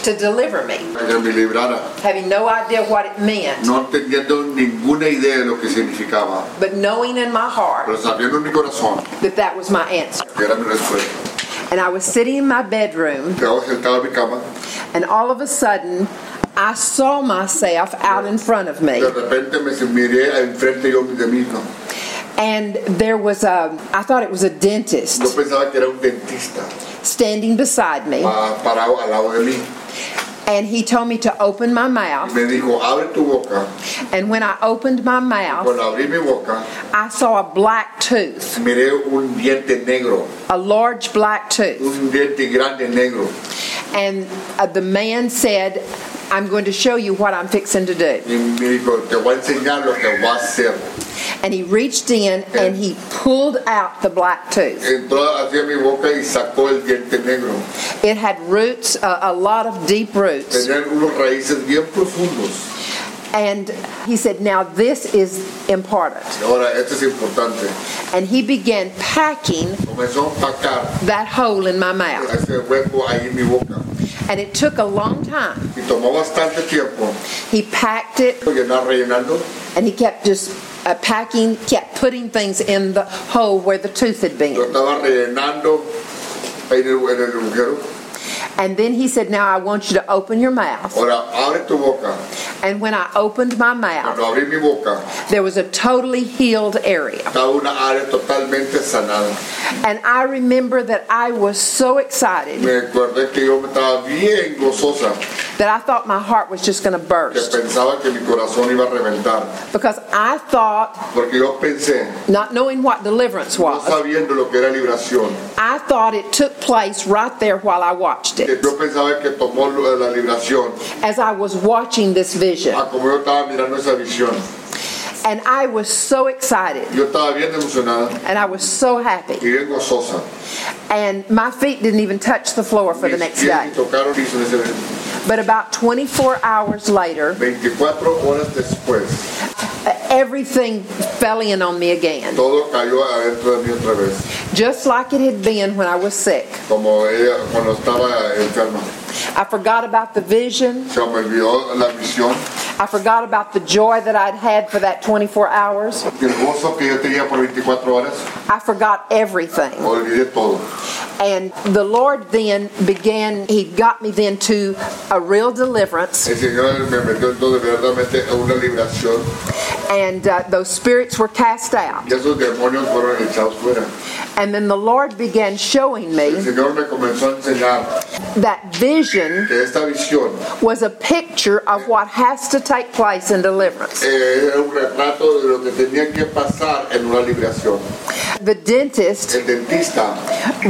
to deliver me,
para que me librara.
having no idea what it meant,
no teniendo ninguna idea de lo que significaba,
but knowing in my heart
pero sabiendo en mi corazón
that that was my answer.
que era mi respuesta.
And I was sitting in my bedroom,
Estaba sentado en mi cama,
and all of a sudden, I saw myself out in front of me,
de repente me miré enfrente yo de mí, ¿no?
and there was a, I thought it was a
yo
dentist
pensaba que era un dentista
standing beside me,
pa- parado al lado de mí.
and he told me to open my mouth.
Me dijo, abre tu boca.
And when I opened my mouth,
Cuando abrí mi boca,
I saw a black tooth.
miré un diente negro,
a large black tooth.
un diente grande negro.
And uh, the man said,
I'm going to show you what I'm fixing to do.
Y me dijo, te voy a enseñar lo que voy a hacer.
And he reached in and he pulled out the black tooth.
Entró hacia mi boca y sacó el diente negro.
It had roots, a, a lot of deep roots.
Tenían unos raíces bien profundos.
And he said, Now this is important.
Ahora, esto es importante.
And he began packing
Comenzó a empacar
that hole in my mouth.
ese hueco ahí en mi boca.
And it took a long time.
Y tomó bastante tiempo.
He packed it
Llenar, rellenando.
and he kept just uh, packing, kept putting things in the hole where the tooth had
Lo
been.
estaba rellenando ahí en el, en el agujero.
And then he said, Now I want you to open your mouth.
Ahora, abre tu boca.
And when I opened my mouth,
Cuando abrí mi boca,
there was a totally healed area.
estaba una área totalmente sanada.
And I remember that I was so excited
Me acordé que yo estaba bien gozosa,
that I thought my heart was just going to
que
burst
pensaba que mi corazón iba a reventar.
because I thought,
Porque yo pensé,
not knowing what deliverance
no
was,
sabiendo lo que era libración,
I thought it took place right there while I watched
que
it,
yo pensaba que tomó lo de la libración,
as I was watching this vision.
a como yo estaba mirando esa visión.
And I was so excited
Yo estaba bien emocionada
and I was so happy.
y bien gozosa.
And my feet didn't even touch the floor for the
Mis
next
pies
day.
me tocaron y se me-
But about 24 hours later,
24 horas después,
everything fell in on me again,
todo cayó adentro de mí otra vez,
just like it had been when I was sick.
como ella cuando estaba enferma.
I forgot about the vision.
Se me olvidó la visión,
I forgot about the joy that I'd had for that 24 hours.
el gozo que yo tenía por 24 horas,
I forgot everything.
olvidé todo.
And the Lord then began, He got me then to a real deliverance.
El Señor me metió entonces verdaderamente en una liberación
And uh, those spirits were cast out.
y esos demonios fueron echados fuera.
And then the Lord began showing
El
me
Señor me comenzó a enseñar
that vision
que esta visión
was a picture of what has to take place in deliverance.
eh, era un retrato de lo que tenía que pasar en una liberación.
The dentist
El dentista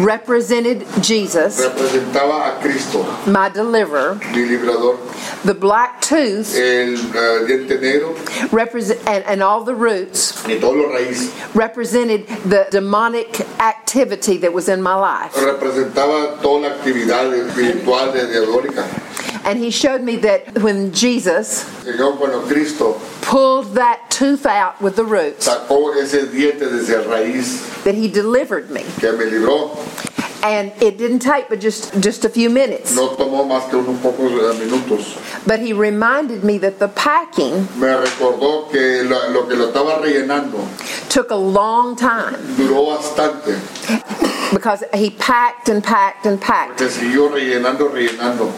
represented Jesus,
representaba a Cristo,
my deliverer.
mi librador.
The black tooth
El eh, diente negro
represent, and, and all the roots
y todo lo raíz
represented the demonic activity that was in my life.
representaba toda la actividad espiritual de diabólica.
And he showed me that when Jesus
Señor, cuando Cristo
pulled that tooth out with the roots,
sacó ese diente desde raíz
that he delivered me.
que me libró,
And it didn't take but just, just a few minutes.
no tomó más que unos pocos eh, minutos.
But he reminded me that the packing
Me recordó que la- lo que lo estaba rellenando
took a long time
duró bastante,
because he packed and packed and packed.
que siguió rellenando, rellenando.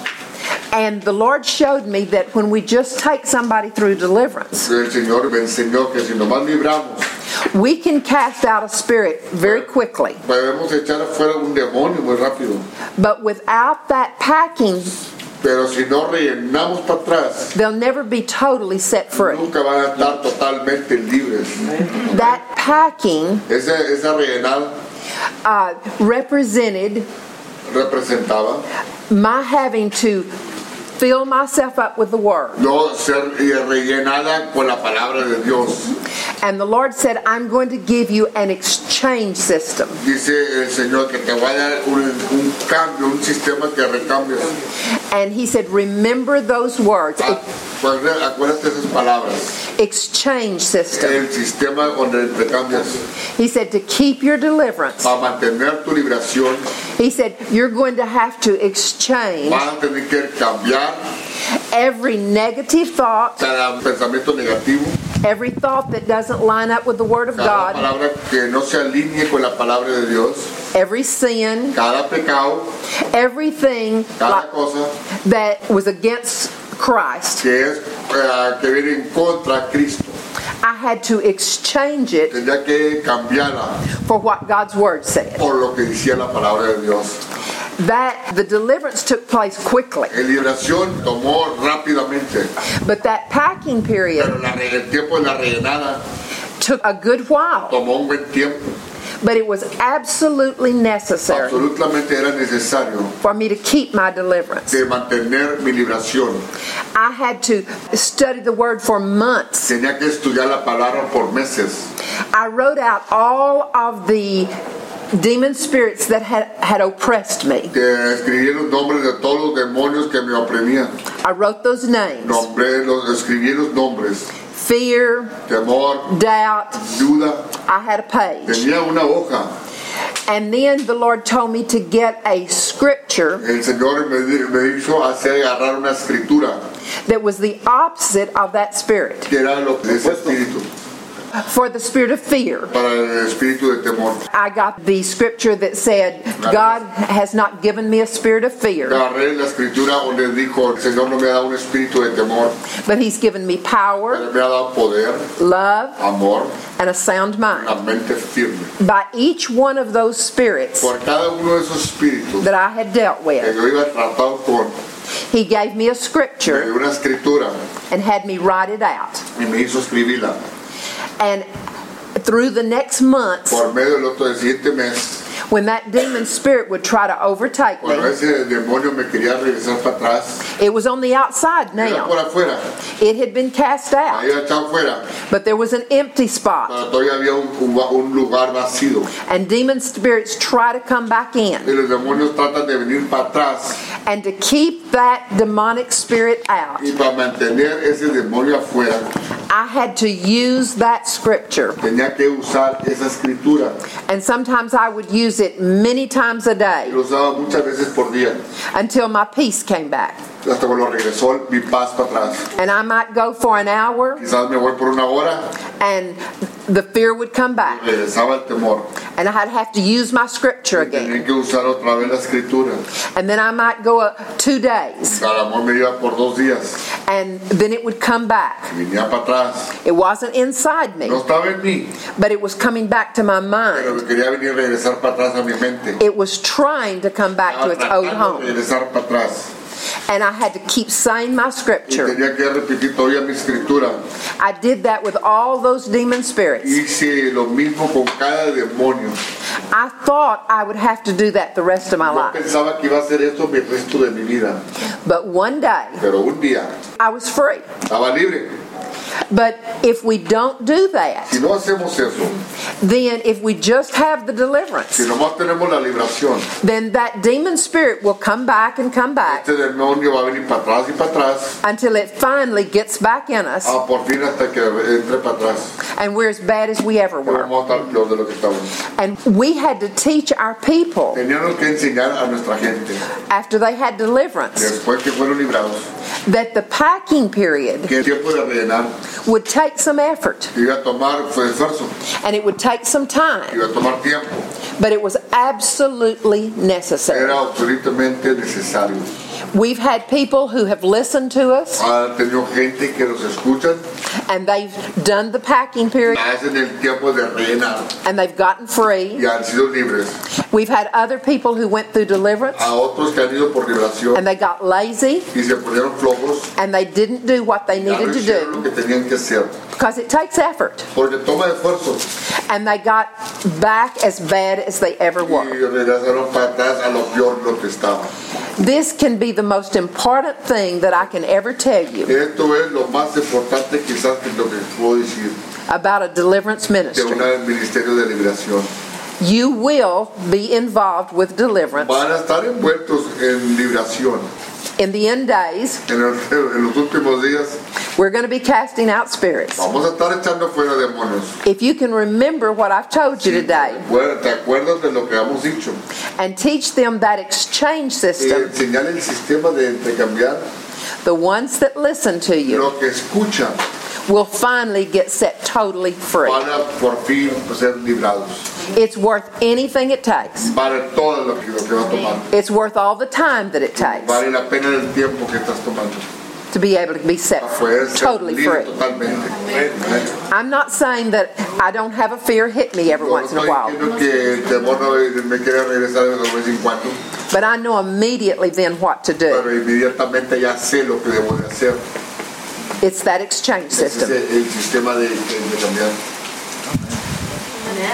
And the Lord showed me that when we just take somebody through deliverance,
El Señor me enseñó que si nomás libramos,
we can cast out a spirit very quickly.
podemos echar afuera un demonio muy rápido.
But without that packing,
Pero si no rellenamos para atrás,
They'll never be totally set free.
nunca van a estar totalmente libres.
That packing
Esa, esa rellenada
uh, represented
representaba
my having to fill myself up with the Word.
no ser eh, rellenada con la palabra de Dios.
And the Lord said, I'm going to give you an exchange system.
Dice el Señor que te va a dar un, un cambio, un sistema que recambies.
And He said, Remember those words
Ah,
e-
acuérdate- Acuérdate esas palabras.
exchange system.
El sistema donde intercambias
He said, To keep your deliverance,
para mantener tu liberación
He said, You're going to have to exchange
vas a tener que cambiar
every negative thought,
cada pensamiento negativo,
every thought that doesn't line up with the Word of
cada
God,
palabra que no se alinee con la palabra de Dios,
every sin,
cada pecado,
everything
cada
like
cosa
that was against Christ,
que es eh, que viene en contra de Cristo.
I had to exchange it
Tendría que cambiarla
for what God's word said.
por lo que decía la palabra de Dios.
That the deliverance took place quickly,
La liberación tomó rápidamente.
but that packing period
Pero la re- el tiempo de la rellenada
took a good while
tomó un buen tiempo.
But it was absolutely necessary
Absolutamente era necesario
for me to keep my deliverance.
de mantener mi libración.
I had to study the word for months.
Tenía que estudiar la palabra por meses.
I wrote out all of the demon spirits that had, had oppressed me.
que escribí los nombres de todos los demonios que me oprimían.
I wrote those names
Nombré, los, escribí los nombres.
fear,
Temor,
doubt.
duda.
I had a page.
Tenía una hoja.
And then the Lord told me to get a scripture
El Señor me, di- me hizo hacer agarrar una escritura
that was the opposite of that spirit
que era lo de ese espíritu,
for the spirit of fear.
para el espíritu de temor.
I got the scripture that said, God has not given me a spirit of fear,
Agarré la escritura donde dijo, el Señor no me ha dado un espíritu de temor,
but He's given me power,
pero me ha dado poder,
love,
amor,
and a sound
una
mind.
mente firme.
By each one of those spirits
Por cada uno de esos espíritus
that I had dealt
que
with,
yo iba tratado con,
He gave me a
me
scripture
dio una escritura
and had me write it out.
y me hizo escribirla.
And through the next months,
Por medio del otro del siguiente mes,
when that demon spirit would try to overtake
Cuando
me,
ese demonio me quería regresar para atrás,
it was on the outside
era por
now.
afuera,
It had been cast out,
ahí echado afuera,
but there was an empty spot,
pero todavía había un, un- un lugar vacío.
and demon spirits try to come back in.
Y los demonios tratan de venir para atrás
And to keep that demonic spirit out,
y para mantener ese demonio afuera
I had to use that scripture.
tenía que usar esa escritura.
And sometimes I would use it many times
Y
a day
lo usaba muchas veces por día,
until my peace came back.
hasta cuando regresó mi paz para atrás.
And I might go for an hour
Quizás me voy por una hora,
and the fear would come back.
regresaba el temor.
And I'd have to use my scripture again.
Tenía que usar otra vez la escritura.
And then I might go up two days
Cada amor me iba por dos días,
and then it would come back.
venía para atrás.
It wasn't inside me,
No estaba en mí,
but it was coming back to my
pero
mind.
me quería venir a regresar para atrás a mi mente.
It was trying to come back to
Estaba
its old
tratando de
home.
regresar para atrás.
And I had to keep saying my
Y
scripture.
tenía que repetir todavía mi escritura.
I did that with all those demon spirits.
Hice lo mismo con cada demonio.
I thought I would have to do that the rest of my
Yo
life.
pensaba que iba a hacer esto mi resto de mi vida.
But one day,
Pero un día
I was free.
estaba libre.
But if we don't do that,
Si no hacemos eso,
then if we just have the
si
deliverance,
nomás tenemos la libración,
then that demon spirit will come back and come back
este demonio va a venir para atrás y para atrás.
until it finally gets back in us
Ah, por fin hasta que entre para atrás.
and we're as bad as we ever
Pero
were.
vamos a estar peor de lo que estamos.
And we had to teach our people
Teníamos que enseñar a nuestra gente,
after they had deliverance
después que fueron librados,
that the packing period
que el tiempo de rellenar
would take some effort
iba a tomar fue esfuerzo,
and it would take some time.
iba a tomar tiempo.
but it was absolutely necessary.
era absolutamente necesario.
We've had people who have listened to us
Ha tenido Ah, gente que nos escuchan,
and they've done the packing period
hacen el tiempo de rellenar
and they've gotten free.
y han sido libres.
We've had other people who went through deliverance
A otros que han ido por liberación
and they got lazy
y se ponieron flojos,
and they didn't do what they
ya no
needed to
hicieron
do
lo que tenían que hacer,
because it takes effort
porque toma esfuerzo
and they got back as bad as they ever
y
were.
regresaron para atrás a lo peor de lo que estaba.
This can be the most important thing that I can ever tell you
Esto es lo más importante quizás que lo que puedo decir
about a deliverance
de
ministry.
un ministerio de liberación.
You will be involved with deliverance
Van a estar envueltos en liberación.
in the end days.
En, el- en los últimos días
We're going to be casting out spirits.
vamos a estar echando fuera demonios.
If you can remember what I've told you today
Bueno, ¿Te acuerdas de lo que hemos dicho?
and teach them that exchange
Eh,
system,
señala el sistema de intercambiar.
the ones that listen to you
Lo que escuchan
will finally get set totally free.
van a por fin ser librados.
It's worth anything it takes.
Vale todo lo que, lo que va a tomar.
It's worth all the time that it takes
Vale la pena el tiempo que estás tomando.
to be able to be set
Para poder ser
totally
libre
free.
totalmente.
I'm not saying that I don't have a fear hit me every
No, no
once in a
estoy
while,
diciendo que el temor no me quiere regresar de vez en cuando,
but I know immediately then what to do.
pero inmediatamente ya sé lo que debo de hacer.
It's that exchange
Ese es
system.
el, el sistema de, de intercambiar.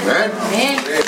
Amén.
Amén.
Amén.